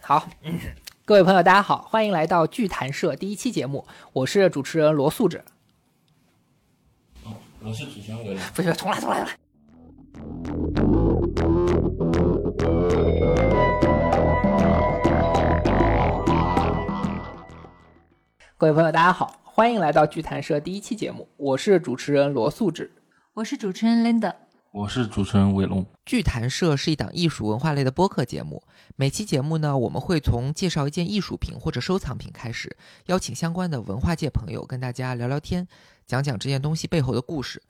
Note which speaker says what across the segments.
Speaker 1: 好，各位朋友，大家好，欢迎来到剧谈社第一期节目，我是主持人罗素质。
Speaker 2: 我是主持人刘亮。
Speaker 1: 不是，重来，重来，重来。各位朋友，大家好，欢迎来到剧谈社第一期节目，我是主持人罗素质。
Speaker 3: 我是主持人 Linda。
Speaker 2: 我是主持人伟龙。
Speaker 4: 剧谈社是一档艺术文化类的播客节目。每期节目呢，我们会从介绍一件艺术品或者收藏品开始，邀请相关的文化界朋友跟大家聊聊天，讲讲这件东西背后的故事。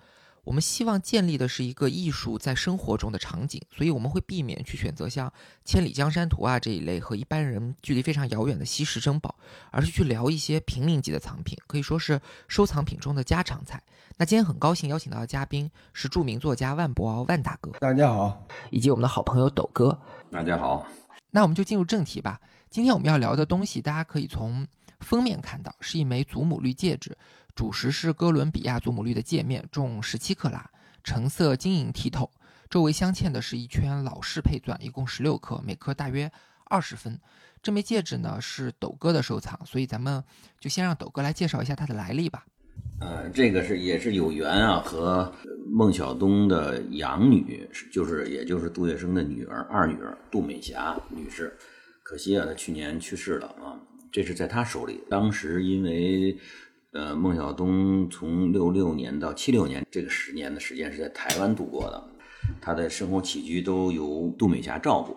Speaker 4: 我们希望建立的是一个艺术在生活中的场景，所以我们会避免去选择像《千里江山图啊》这一类和一般人距离非常遥远的稀世珍宝，而是去聊一些平民级的藏品，可以说是收藏品中的家常菜。那今天很高兴邀请到的嘉宾是著名作家万伯敖万大哥，
Speaker 5: 大家好，
Speaker 4: 以及我们的好朋友斗哥。
Speaker 6: 大家好，
Speaker 4: 那我们就进入正题吧。今天我们要聊的东西，大家可以从封面看到，是一枚祖母绿戒指，主石是哥伦比亚祖母绿的界面，重十七克拉，橙色晶莹剔透，周围镶嵌的是一圈老式配钻，一共十六颗，每颗大约二十分。这枚戒指呢是斗哥的收藏，所以咱们就先让斗哥来介绍一下它的来历吧。
Speaker 6: 呃，这个是也是有缘啊，和孟小冬的养女，是就是也就是杜月笙的女儿二女儿杜美霞女士，可惜啊，她去年去世了啊。这是在她手里，当时因为呃孟小冬从六六年到七六年这个十年的时间是在台湾度过的，她的生活起居都由杜美霞照顾，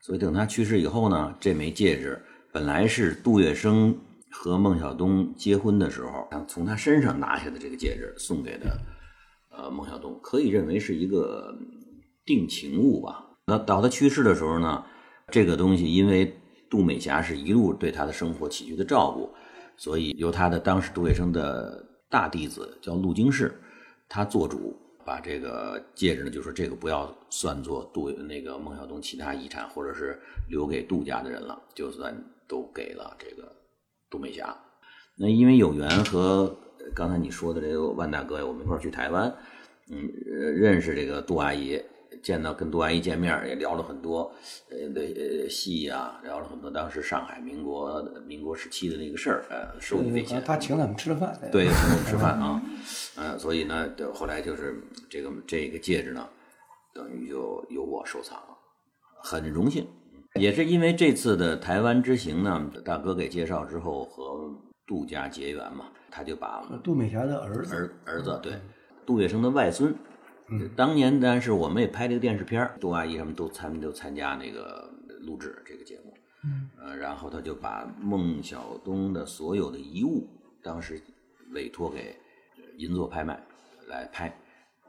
Speaker 6: 所以等他去世以后呢，这枚戒指本来是杜月笙和孟小冬结婚的时候，他从他身上拿下的这个戒指送给的，呃，孟小冬可以认为是一个定情物吧。那到他去世的时候呢，这个东西因为杜美霞是一路对他的生活起居的照顾，所以由他的当时杜月笙的大弟子叫陆经世，他做主把这个戒指呢，就说这个不要算作杜那个孟小冬其他遗产，或者是留给杜家的人了，就算都给了这个杜美霞。那因为有缘和呃刚才你说的这个万大哥，我们一块儿去台湾，嗯，呃认识这个杜阿姨，见到跟杜阿姨见面儿也聊了很多，呃呃戏啊，聊了很多当时上海民国民国时期的那个事儿，呃，收益那些。
Speaker 5: 啊他请咱们吃了饭，
Speaker 6: 对，请我们吃饭啊，呃，所以呢，就后来就是这个这个戒指呢，等于就由我收藏了，很荣幸，也是因为这次的台湾之行呢，大哥给介绍之后和杜家结缘嘛，他就把
Speaker 5: 杜美霞的儿子，
Speaker 6: 儿儿子嗯对，嗯杜月笙的外孙。当年但是我们也拍了一个电视片儿杜阿姨什么都参都参加那个录制这个节目，嗯，呃，然后他就把孟小冬的所有的遗物，当时委托给呃银座拍卖来拍，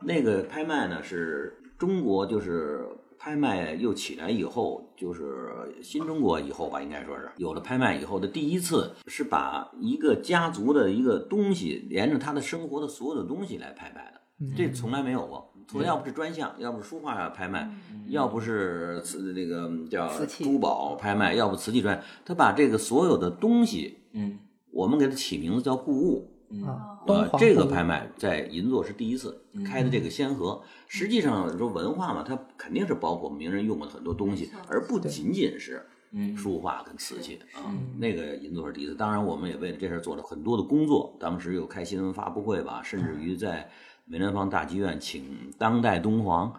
Speaker 6: 那个拍卖呢是中国就是拍卖又起来以后，就是新中国以后吧，应该说是有了拍卖以后的第一次，是把一个家族的一个东西连着他的生活的所有的东西来拍卖的，
Speaker 3: 嗯
Speaker 6: 这从来没有过。从要不是专项，要不是书画拍卖，要不是瓷那个叫
Speaker 3: 嗯瓷器
Speaker 6: 珠宝拍卖，要不瓷器专，他把这个所有的东西，
Speaker 2: 嗯
Speaker 6: 我们给它起名字叫故物，
Speaker 1: 啊，东
Speaker 6: 呃
Speaker 1: 皇，
Speaker 6: 这个
Speaker 1: 后
Speaker 6: 拍卖在银座是第一次开的
Speaker 3: 嗯
Speaker 6: 这个先河。实际上说文化嘛，它肯定是包括名人用过的很多东西
Speaker 3: 没错，
Speaker 6: 而不仅仅是
Speaker 2: 嗯
Speaker 6: 书画跟瓷器啊
Speaker 2: 嗯。
Speaker 6: 那个银座是第一次，当然我们也为了这事儿做了很多的工作。当时有开新闻发布会吧，甚至于在梅兰芳大剧院请当代东皇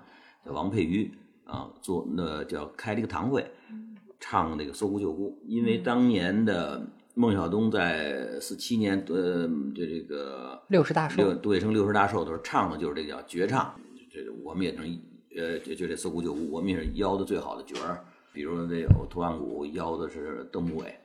Speaker 6: 叫王佩瑜啊做那叫开了一个堂会，唱那个《搜狐救姑》，因为当年的孟小冬在四七年呃这这个
Speaker 1: 六十大
Speaker 6: 六
Speaker 1: 寿，
Speaker 6: 杜月笙六十大寿的时候唱的就是这个叫绝唱，这我们也能呃就就这搜狐九姑，我们也是邀的最好的角儿，比如那个我图案谷邀的是邓木伟，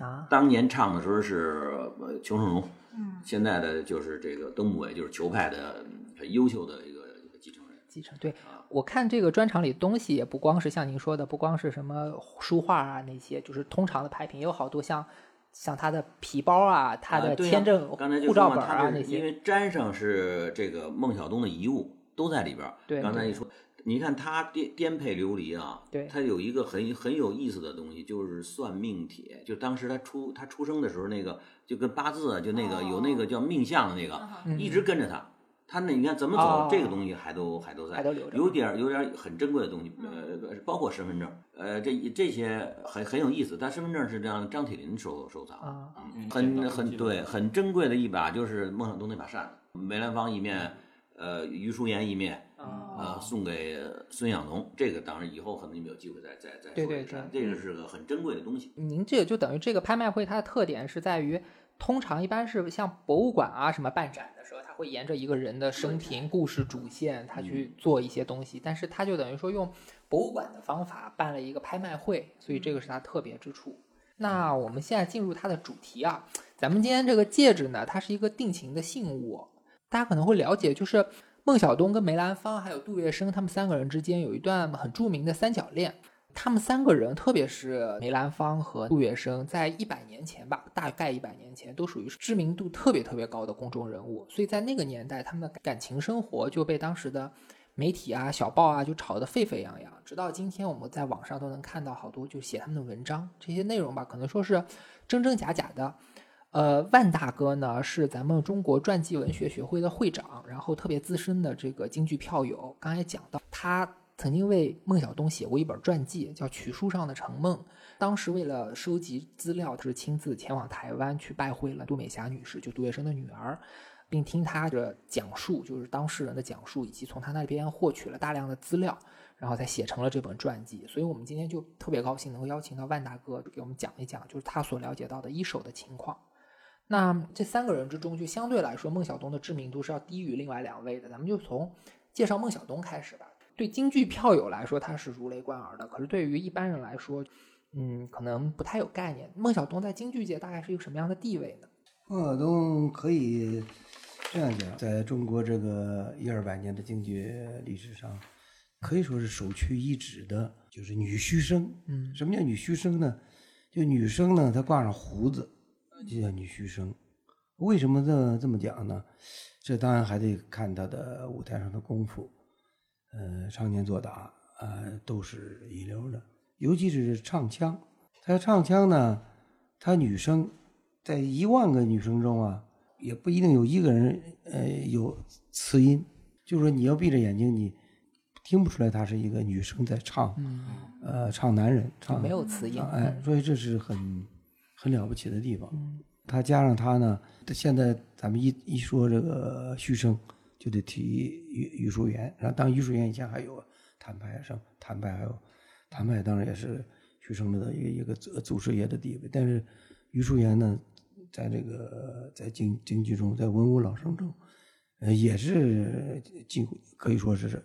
Speaker 1: 啊，
Speaker 6: 当年唱的时候是呃裘盛戎，
Speaker 1: 嗯
Speaker 6: 现在的就是这个邓木伟，就是球派的很优秀的一个一个继承人。
Speaker 1: 继承对。我看这个专场里东西也不光是像您说的，不光是什么书画啊那些，就是通常的拍品，也有好多像像他的皮包啊、他
Speaker 6: 啊
Speaker 1: 的
Speaker 6: 对啊
Speaker 1: 签证、
Speaker 6: 刚才就
Speaker 1: 护
Speaker 6: 说
Speaker 1: 照
Speaker 6: 嘛
Speaker 1: 本
Speaker 6: 他
Speaker 1: 啊
Speaker 6: 这
Speaker 1: 那
Speaker 6: 是因
Speaker 1: 些，
Speaker 6: 为沾上是这个孟小冬的遗物都在里边儿。
Speaker 1: 对
Speaker 6: 刚才
Speaker 1: 对
Speaker 6: 一说，你看他颠颠沛流离啊，
Speaker 1: 对
Speaker 6: 他有一个很很有意思的东西，就是算命帖。就当时他出他
Speaker 1: 哦
Speaker 6: 出生的时候，那个就跟八字啊，就那个、有那个叫命相的那个，一直跟着他。他那你看怎么走，
Speaker 1: 嗯哦
Speaker 6: 这个东西还都还都在，
Speaker 1: 还都留着嗯
Speaker 6: 有点儿有点儿很珍贵的东西，呃，包括身份证，呃，这这些很很有意思。他身份证是让张铁林收收藏，
Speaker 1: 啊
Speaker 6: 嗯
Speaker 2: 嗯见
Speaker 6: 很
Speaker 2: 到
Speaker 6: 很
Speaker 2: 记得
Speaker 6: 对，很珍贵的一把就是孟小冬那把扇子，梅兰芳一面，呃，余淑妍一面，
Speaker 1: 啊
Speaker 6: 呃，送给孙晓农。这个当然以后可能你们有机会再再再说
Speaker 1: 对对
Speaker 6: 这个扇子，这个是个很珍贵的东西。
Speaker 1: 您这就等于这个拍卖会它的特点是在于，通常一般是像博物馆啊什么办展的时候，它会沿着一个人的生平、故事主线，它去做一些东西，但是它就等于说用博物馆的方法办了一个拍卖会，所以这个是它特别之处。那我们现在进入它的主题啊，咱们今天这个戒指呢，它是一个定情的信物，大家可能会了解，就是孟小冬跟梅兰芳还有杜月笙他们三个人之间有一段很著名的三角恋。他们三个人，特别是梅兰芳和杜月笙，在一百年前吧，大概一百年前，都属于知名度特别特别高的公众人物，所以在那个年代，他们的感情生活就被当时的媒体啊、小报啊就炒得沸沸扬扬。直到今天，我们在网上都能看到好多就写他们的文章，这些内容吧，可能说是真真假假的。呃，万大哥呢是咱们中国传记文学学会的会长，然后特别资深的这个京剧票友。刚才也讲到，他曾经为孟小冬写过一本传记，叫《曲树上的成梦》。当时为了收集资料，他是亲自前往台湾去拜会了杜美霞女士，就杜月笙的女儿，并听她的讲述，就是当事人的讲述，以及从她那边获取了大量的资料，然后才写成了这本传记。所以我们今天就特别高兴能够邀请到万大哥给我们讲一讲，就是他所了解到的一手的情况。那这三个人之中，就相对来说，孟小冬的知名度是要低于另外两位的。咱们就从介绍孟小冬开始吧。对京剧票友来说，他是如雷贯耳的；可是对于一般人来说，嗯，可能不太有概念。孟小冬在京剧界大概是一个什么样的地位呢？
Speaker 5: 孟小冬可以这样讲，在中国这个一二百年的京剧历史上，可以说是首屈一指的，就是女须生。
Speaker 1: 嗯
Speaker 5: 什么叫女须生呢？就女生呢，她挂上胡子，就叫女须生。为什么这么这么讲呢？这当然还得看她的舞台上的功夫，呃，常年作打，呃，都是一流的。尤其是唱腔，她唱腔呢，她女生在一万个女生中啊，也不一定有一个人呃有次音，就是说你要闭着眼睛，你听不出来她是一个女生在唱，
Speaker 1: 嗯，
Speaker 5: 呃，唱男人唱
Speaker 1: 没有词音
Speaker 5: 啊。哎，所以这是很很了不起的地方。
Speaker 1: 嗯
Speaker 5: 他加上他呢，现在咱们一一说这个嘘声，就得提于于淑媛。然后当于淑媛以前还有谭派声，谭派还有谭派，当然也是嘘声的一个一个祖祖师爷的地位。但是于淑媛呢，在这个在京京剧中，在文武老生中，呃，也是几乎可以说是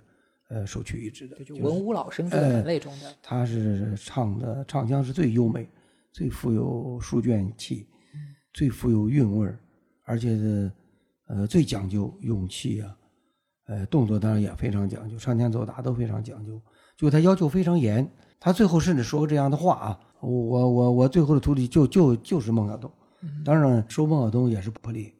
Speaker 5: 呃首屈一指的，
Speaker 1: 这就
Speaker 5: 就是
Speaker 1: 文武老生这个门类中的，
Speaker 5: 他是唱的唱腔是最优美、最富有书卷气、最富有韵味儿，而且是呃最讲究勇气啊，呃动作当然也非常讲究，上前走打都非常讲究，就他要求非常严。他最后甚至说过这样的话啊，我我我我最后的徒弟就就就是孟小冬，当然收孟小冬也是不利，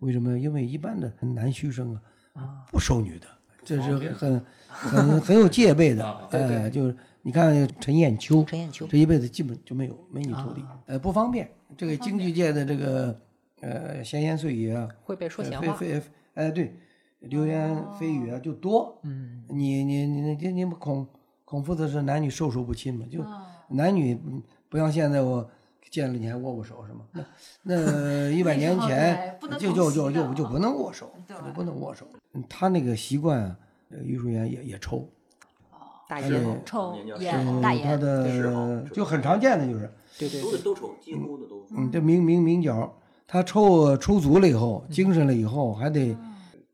Speaker 5: 为什么？因为一般的男学生啊，不收女的，这是很很很有戒备的。
Speaker 1: 对对
Speaker 5: 哎，就是你看陈砚秋，
Speaker 1: 陈砚秋
Speaker 5: 这一辈子基本就没有美女徒弟，呃，不方便。这个京剧界的这个呃闲言碎语啊，
Speaker 1: 会被说闲
Speaker 5: 呃
Speaker 1: 话。
Speaker 5: 非非呃对，流言蜚语啊就多。
Speaker 1: 嗯，
Speaker 5: 你你你你你们孔孔夫子是男女授受不亲嘛，就男女嗯不像现在我见了你还握握手是吗？那那一百年前
Speaker 3: 不能
Speaker 5: 就
Speaker 3: 同
Speaker 5: 就
Speaker 3: 席
Speaker 5: 就就
Speaker 3: 的
Speaker 5: 就不能握手，
Speaker 3: 对
Speaker 5: 就不能握手。嗯他那个习惯啊，呃于淑媛也也抽，
Speaker 1: 大
Speaker 5: 哎
Speaker 1: 爷，
Speaker 3: 抽
Speaker 6: 年年
Speaker 3: 烟
Speaker 5: 嗯
Speaker 3: 大
Speaker 5: 他
Speaker 3: 烟，
Speaker 2: 哦
Speaker 6: 是好
Speaker 5: 的就很常见的就是，
Speaker 1: 对对
Speaker 6: 都是
Speaker 1: 对，
Speaker 6: 都抽，几乎的都抽。
Speaker 5: 嗯，这明明明角，他抽呃抽足了以后，精神了以后，还得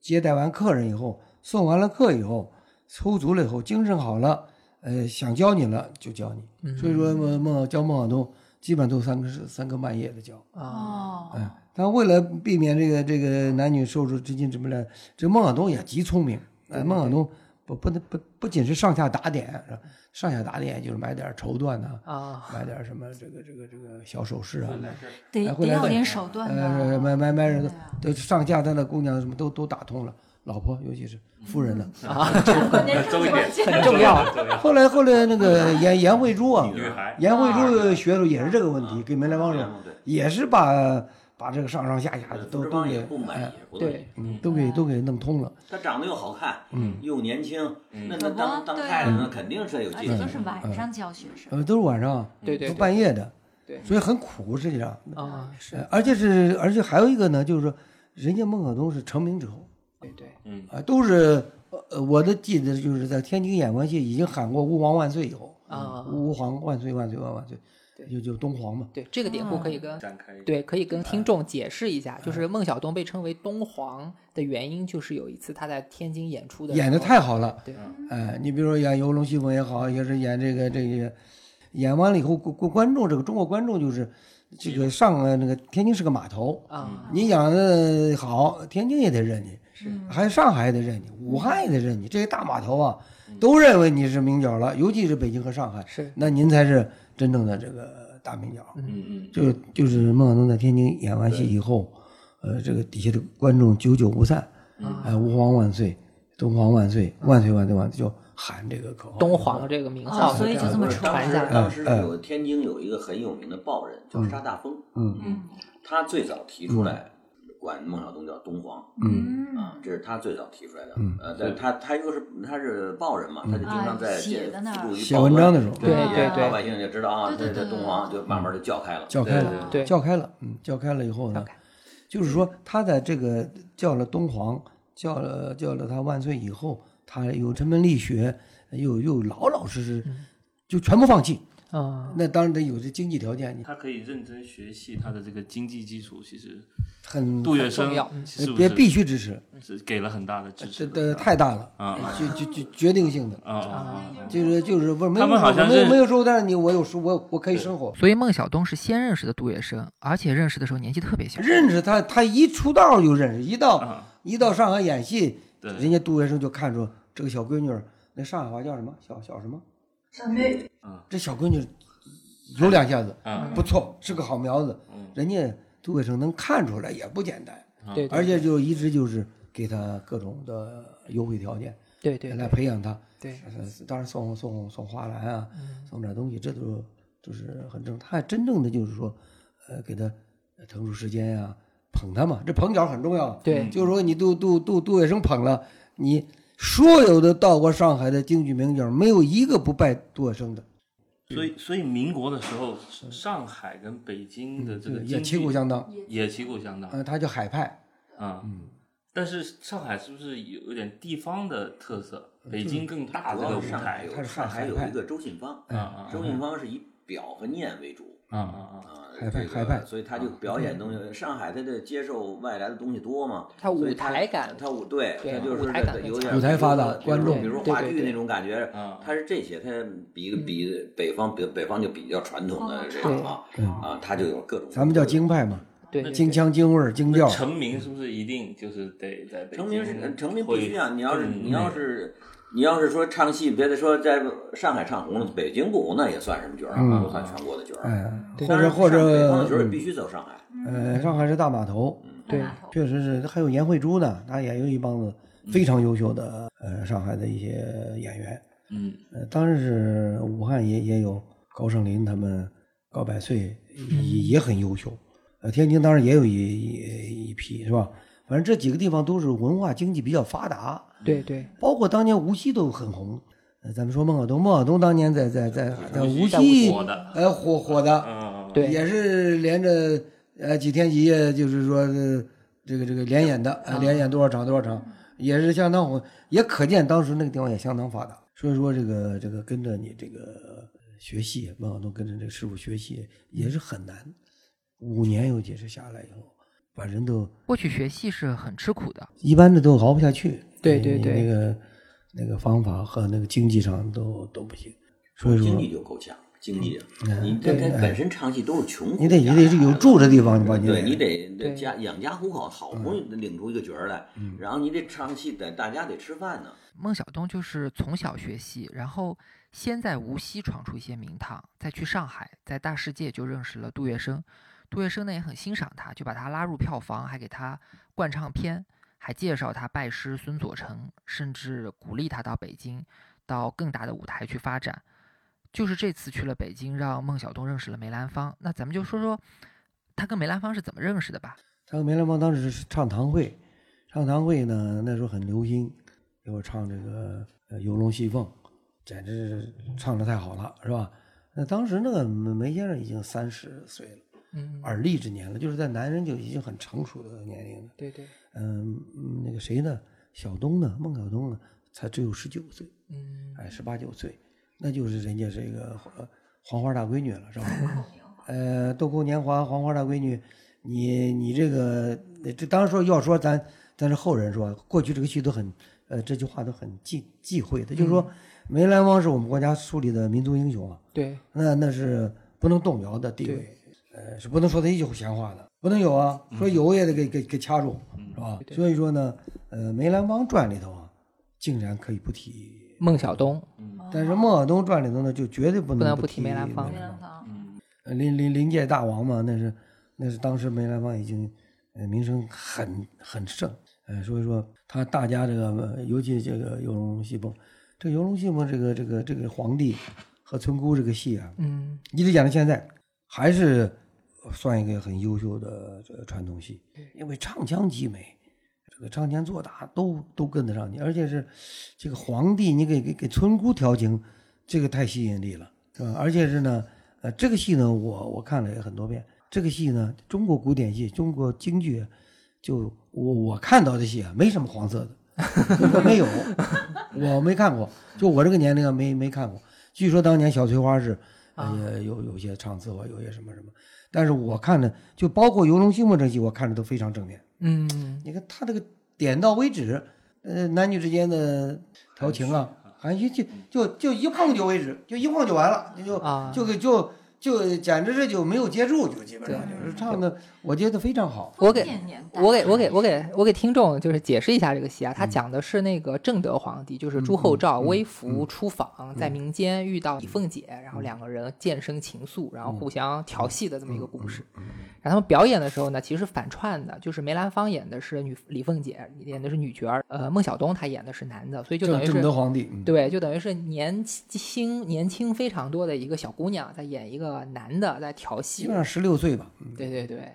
Speaker 5: 接待完客人以后，送完了客以后，抽足了以后，精神好了，呃，想教你了就教你。所以说孟孟教孟小冬，基本上都三个三更半夜的教。
Speaker 1: 啊，
Speaker 3: 哦，
Speaker 5: 哎，但为了避免这个这个男女授受之间之不了，这孟小冬也极聪明。哎，孟小冬不不能不不仅是上下打点，是吧上下打点就是买点绸缎呐、
Speaker 1: 啊，
Speaker 5: 买点什么这个这个这个小首饰啊，
Speaker 3: 得
Speaker 5: 哎
Speaker 3: 得
Speaker 5: 回来
Speaker 3: 要
Speaker 5: 会
Speaker 3: 点手
Speaker 2: 哎
Speaker 3: 段
Speaker 5: 呃，买
Speaker 3: 的，
Speaker 5: 买
Speaker 3: 对
Speaker 5: 买人
Speaker 3: 啊
Speaker 5: 都上下单的姑娘什么都都打通了，老婆尤其是夫人呢。
Speaker 2: 周一点，
Speaker 1: 很重要。
Speaker 2: 重要。
Speaker 5: 后来后来那个严严慧珠啊，
Speaker 2: 女孩
Speaker 6: 啊嗯
Speaker 5: 严慧珠学的也是这个问题，给梅兰芳说
Speaker 6: 对，
Speaker 5: 也是把把这个上上下下的
Speaker 6: 冯
Speaker 5: 都
Speaker 6: 志
Speaker 5: 都
Speaker 6: 邦也
Speaker 5: 给
Speaker 6: 不满
Speaker 5: 哎
Speaker 6: 意，不乐意
Speaker 1: 对。
Speaker 5: 嗯都给都给弄通了。
Speaker 6: 她长得又好看，
Speaker 5: 嗯，
Speaker 6: 又年轻，那那
Speaker 2: 可不
Speaker 6: 当当
Speaker 2: 对
Speaker 6: 太太那肯定啊是有
Speaker 2: 而
Speaker 6: 劲
Speaker 2: 且都
Speaker 6: 的。
Speaker 2: 是晚上教学生，
Speaker 5: 呃，都是晚上，
Speaker 1: 对对
Speaker 5: 都
Speaker 1: 对
Speaker 5: 半夜的，
Speaker 1: 对
Speaker 5: 所以很苦，实际上。
Speaker 1: 啊、是
Speaker 5: 呃而且是，而且还有一个呢，就是说，人家孟小冬是成名之后
Speaker 1: 对对
Speaker 5: 啊、都是呃，我的记得就是在天津演完戏已经喊过“吾皇万岁”以后，
Speaker 1: 啊、
Speaker 5: 吾皇万岁万岁万万岁
Speaker 1: 对，
Speaker 5: 就就东皇嘛。
Speaker 1: 对这个典故可以跟
Speaker 3: 展开。
Speaker 1: 对，可以跟听众解释一下，就是孟小冬被称为东皇的原因，就是有一次他在天津演出的
Speaker 5: 演
Speaker 1: 的
Speaker 5: 的太好了。
Speaker 1: 对，
Speaker 5: 哎，你比如说演《游龙戏凤》也好，也是演这个这个，演完了以后，观观观众这个中国观众就是这个上了那个天津是个码头，
Speaker 1: 啊，
Speaker 5: 你演的好，天津也得认你，
Speaker 1: 是
Speaker 5: 还有上海也得认你，武汉也得认你，这些大码头啊，都认为你是名角了，尤其是北京和上海，
Speaker 1: 嗯是
Speaker 5: 那您才是真正的这个大名角。
Speaker 3: 嗯
Speaker 5: 就就是孟小冬在天津演完戏以后，呃，这个底下的观众久久不散，
Speaker 1: 嗯
Speaker 5: 哎，吾皇万岁，东皇万岁，万岁万岁万岁，就喊这个口号。
Speaker 1: 东皇这个名号
Speaker 2: 哦
Speaker 1: 是
Speaker 2: 所
Speaker 1: 这
Speaker 2: 以
Speaker 1: 样的，
Speaker 2: 就这么
Speaker 6: 当时
Speaker 2: 传下来
Speaker 6: 当时有天津有一个很有名的报人叫沙大风，
Speaker 5: 嗯
Speaker 2: 嗯
Speaker 6: 他最早提出来管孟小冬叫东皇
Speaker 5: 嗯
Speaker 6: 啊，这是他最早提出来的
Speaker 5: 嗯。
Speaker 6: 呃，但他他又是他是报人嘛，他就经常在
Speaker 2: 啊写的那儿
Speaker 6: 附注于
Speaker 5: 写
Speaker 6: 报
Speaker 5: 文章的时候
Speaker 6: 对
Speaker 1: 对
Speaker 6: 也
Speaker 1: 对对
Speaker 6: 老百姓就知道啊，
Speaker 2: 对
Speaker 6: 这
Speaker 2: 对对
Speaker 6: 这东皇就慢慢就叫开了，
Speaker 5: 叫开
Speaker 2: 对
Speaker 5: 了，
Speaker 1: 对
Speaker 5: 叫开了，嗯，叫开了以后呢
Speaker 1: 叫开，
Speaker 5: 就是说他在这个叫了东皇，叫了叫了他万岁以后，他有陈文力学，又又老老实实，就全部放弃。
Speaker 1: 嗯，
Speaker 5: 那当然得有这经济条件，你
Speaker 3: 他可以认真学习他的这个经济基础，其实
Speaker 5: 很呃
Speaker 3: 杜月
Speaker 1: 很重
Speaker 3: 笙
Speaker 1: 要
Speaker 3: 是不
Speaker 5: 别
Speaker 3: 是
Speaker 5: 必须支持，
Speaker 3: 是给了很大的支
Speaker 5: 这
Speaker 3: 持？
Speaker 5: 这太大了，
Speaker 3: 啊啊
Speaker 5: 就就就决定性的。
Speaker 3: 啊啊！
Speaker 5: 就是就是不是没
Speaker 3: 他们
Speaker 5: 有
Speaker 3: 好像
Speaker 5: 没有
Speaker 3: 是
Speaker 5: 没有收，但是你我有收，我我可以生活。
Speaker 4: 所以孟小冬是先认识的杜月笙，而且认识的时候年纪特别小。
Speaker 5: 认识他，他一出道就认识，一到、
Speaker 3: 啊
Speaker 5: 一到上海演戏，
Speaker 3: 对
Speaker 5: 人家杜月笙就看出这个小闺女儿，那上海话叫什么？小小什么？小妹。这小闺女有两下子，
Speaker 3: 嗯
Speaker 5: 不错，是个好苗子。
Speaker 3: 嗯
Speaker 5: 人家杜月笙能看出来，也不简单，
Speaker 1: 对，对
Speaker 5: 而且就一直就是给他各种的优惠条件
Speaker 1: 对对对
Speaker 5: 来培养他。
Speaker 1: 对，
Speaker 5: 呃当然送送送花篮啊，
Speaker 1: 嗯
Speaker 5: 送点东西，这都就是很正。他真正的就是说，呃，给他呃腾出时间呀、捧他嘛，这捧角很重要。
Speaker 1: 对
Speaker 5: 就是说你杜杜杜杜月笙捧了你，所有的到过上海的京剧名角，没有一个不拜杜月笙的，
Speaker 3: 所以所以民国的时候，上海跟北京的这个
Speaker 5: 也
Speaker 3: 经
Speaker 5: 旗
Speaker 3: 济
Speaker 5: 鼓相当。
Speaker 3: 也旗鼓相当
Speaker 5: 呃，他叫海派，
Speaker 3: 啊。但是上海是不是有有点地方的特色？北京更大
Speaker 6: 主
Speaker 3: 这
Speaker 6: 要
Speaker 3: 个
Speaker 6: 是
Speaker 3: 舞
Speaker 6: 上海
Speaker 3: 台
Speaker 6: 有
Speaker 5: 他是上
Speaker 6: 上
Speaker 5: 海
Speaker 6: 海有
Speaker 5: 派嗯
Speaker 6: 一个周信芳，
Speaker 3: 啊啊
Speaker 6: 周信芳是以表和念为主。
Speaker 3: 啊啊
Speaker 6: 啊，
Speaker 5: 海派
Speaker 6: 这个
Speaker 5: 海派嗯
Speaker 6: 所以他就表演东西。上海他的接受外来的东西多嘛，
Speaker 1: 他舞
Speaker 6: 所以他
Speaker 1: 台感
Speaker 6: 他舞对，
Speaker 1: 对
Speaker 6: 他就是
Speaker 1: 舞台感
Speaker 6: 有
Speaker 1: 很
Speaker 6: 点
Speaker 5: 强舞台发达
Speaker 6: 比如说
Speaker 5: 观众嗯
Speaker 6: 比如
Speaker 1: 对
Speaker 6: 话
Speaker 1: 对
Speaker 6: 剧
Speaker 1: 对嗯
Speaker 6: 那种感觉
Speaker 3: 啊，
Speaker 6: 他是这些，他比比北方比北方就比较传统的这
Speaker 1: 哦
Speaker 6: 种啊
Speaker 5: 对
Speaker 6: 啊，他就有各种
Speaker 5: 嗯咱们叫京派嘛，
Speaker 1: 对对
Speaker 5: 京腔京味儿京
Speaker 3: 那
Speaker 5: 调。
Speaker 3: 成名是不是一定就是得在北京
Speaker 6: 成
Speaker 3: 会
Speaker 1: 嗯
Speaker 3: 更那
Speaker 6: 名是
Speaker 3: 个？
Speaker 6: 成名不一啊样，你要
Speaker 5: 嗯
Speaker 6: 是你要是你要是说唱戏，别的说在上海唱红了，北京不红那也算什么角儿啊，
Speaker 5: 嗯
Speaker 6: 不算全国的角儿。
Speaker 5: 哎，
Speaker 1: 对
Speaker 5: 或者或
Speaker 6: 但是上北
Speaker 5: 者
Speaker 6: 方的角儿也必须走上海。
Speaker 5: 呃，上海是大码头，
Speaker 1: 对
Speaker 2: 大头
Speaker 5: 确实是，还有严慧珠呢，她也有一帮子非常优秀的呃上海的一些演员，
Speaker 3: 嗯，
Speaker 5: 呃，当然是武汉也也有高胜林他们，高百岁也也很优秀，呃，天津当然也有一一一批是吧？反正这几个地方都是文化经济比较发达，
Speaker 1: 对对
Speaker 5: 包括当年无锡都很红。呃，咱们说孟小冬，孟小冬当年在在在在
Speaker 3: 嗯在
Speaker 5: 无
Speaker 3: 无锡
Speaker 5: 锡
Speaker 3: 火的
Speaker 5: 呃火火的，
Speaker 3: 嗯，
Speaker 1: 对，
Speaker 5: 也是连着呃几天几夜，就是说呃这个这个连演的，
Speaker 1: 啊
Speaker 5: 呃连演多少场多少场，也是相当火，也可见当时那个地方也相当发达。所以说这个这个跟着你这个学戏，孟小冬跟着这个师傅学戏也是很难，五年尤其是下来以后，把人都
Speaker 4: 过去学戏是很吃苦的，
Speaker 5: 一般的都熬不下去。
Speaker 1: 对
Speaker 5: 你
Speaker 1: 对
Speaker 5: 你
Speaker 1: 对
Speaker 5: 那个那个方法和那个经济上都都不行，所以
Speaker 6: 经
Speaker 5: 说
Speaker 6: 济就够呛，经济啊，
Speaker 5: 嗯
Speaker 6: 你这
Speaker 5: 对
Speaker 6: 跟本身唱戏都是穷苦
Speaker 5: 你得你
Speaker 6: 家
Speaker 5: 得是有住的地方，你把你
Speaker 6: 对你
Speaker 5: 得
Speaker 6: 得得
Speaker 1: 对
Speaker 6: 家养家糊口，好不容易领出一个角儿来，然后你得唱戏，得大家得吃饭呢。
Speaker 4: 孟小冬就是从小学戏，然后先在无锡闯出一些名堂，再去上海，在大世界就认识了杜月笙。杜月笙呢也很欣赏他，就把他拉入票房，还给他灌唱片，还介绍他拜师孙佐成，甚至鼓励他到北京，到更大的舞台去发展。就是这次去了北京，让孟小冬认识了梅兰芳。那咱们就说说他跟梅兰芳是怎么认识的吧？
Speaker 5: 他跟梅兰芳当时是唱堂会，唱堂会呢那时候很流行，给我唱这个呃《游龙戏凤》，简直是唱的太好了，是吧？那当时那个梅先生已经三十岁了，
Speaker 1: 嗯，
Speaker 5: 而立之年了，就是在男人就已经很成熟的年龄了。
Speaker 1: 对对，
Speaker 5: 嗯，嗯那个谁呢？小东呢？孟小东呢？才只有十九岁，
Speaker 1: 嗯，
Speaker 5: 哎，十八九岁，那就是人家这个呃黄花大闺女了，是吧？呃，豆蔻年华，黄花大闺女，你你这个呃这当然说要说咱咱是后人说，过去这个戏都很呃这句话都很忌忌讳的，就是
Speaker 1: 嗯
Speaker 5: 说梅兰芳是我们国家树立的民族英雄啊，
Speaker 1: 对，
Speaker 5: 那那是不能动摇的地位，呃，是不能说他一句闲话的，不能有啊，说有也得给、给给掐住，是吧？
Speaker 1: 对
Speaker 5: 所以说呢，呃，《梅兰芳传》里头啊，竟然可以不提，
Speaker 1: 孟小冬，
Speaker 5: 但是《孟小冬传》里头呢，就绝对不
Speaker 1: 哦不能
Speaker 5: 能
Speaker 1: 不提
Speaker 5: 提
Speaker 1: 梅兰芳
Speaker 5: 芳。
Speaker 2: 梅兰芳，
Speaker 5: 呃临临临界大王嘛，那是那是当时梅兰芳已经呃名声很很盛，呃，所以说他大家这个，呃尤其这个游龙戏凤，这游龙戏凤这个这个这个皇帝和村姑这个戏啊，
Speaker 1: 嗯，
Speaker 5: 一直演到现在，还是算一个很优秀的这个传统戏，因为唱腔极美，这个唱腔做打都都跟得上你，而且是这个皇帝，你给给给村姑调情，这个太吸引力了，是吧？而且是呢，呃，这个戏呢，我我看了也很多遍，这个戏呢，中国古典戏、中国京剧，就我我看到的戏啊，没什么黄色的，就是没有， 我没看过，就我这个年龄啊，没没看过。据说当年小翠花是，
Speaker 1: 啊
Speaker 5: 呃，有有些唱词或有些什么什么，但是我看的就包括《游龙戏凤》这戏，我看着都非常正面。
Speaker 1: 嗯，
Speaker 5: 你看他这个点到为止，呃，男女之间的调情啊，含蓄就就就一碰就为止，就一碰就完了，就
Speaker 1: 啊
Speaker 5: 就给就就简直是就没有接住，就基本上就是唱的，我觉得非常好。
Speaker 1: 我给
Speaker 2: 封建年代
Speaker 1: 我给我给我给我给听众就是解释一下这个戏啊，它讲的是那个正德皇帝，就是朱厚照微服出访，在民间遇到李凤姐，然后两个人渐生情愫，然后互相调戏的这么一个故事。然后他们表演的时候呢，其实反串的，就是梅兰芳演的是女李凤姐，演的是女角儿，呃，孟小冬她演的是男的，所以就等于
Speaker 5: 正
Speaker 1: 是
Speaker 5: 正德皇帝，嗯，
Speaker 1: 对，就等于是年轻年轻非常多的一个小姑娘在演一个男的在调
Speaker 5: 基
Speaker 1: 戏
Speaker 5: 本，上十六岁吧，啊嗯
Speaker 1: 对对对，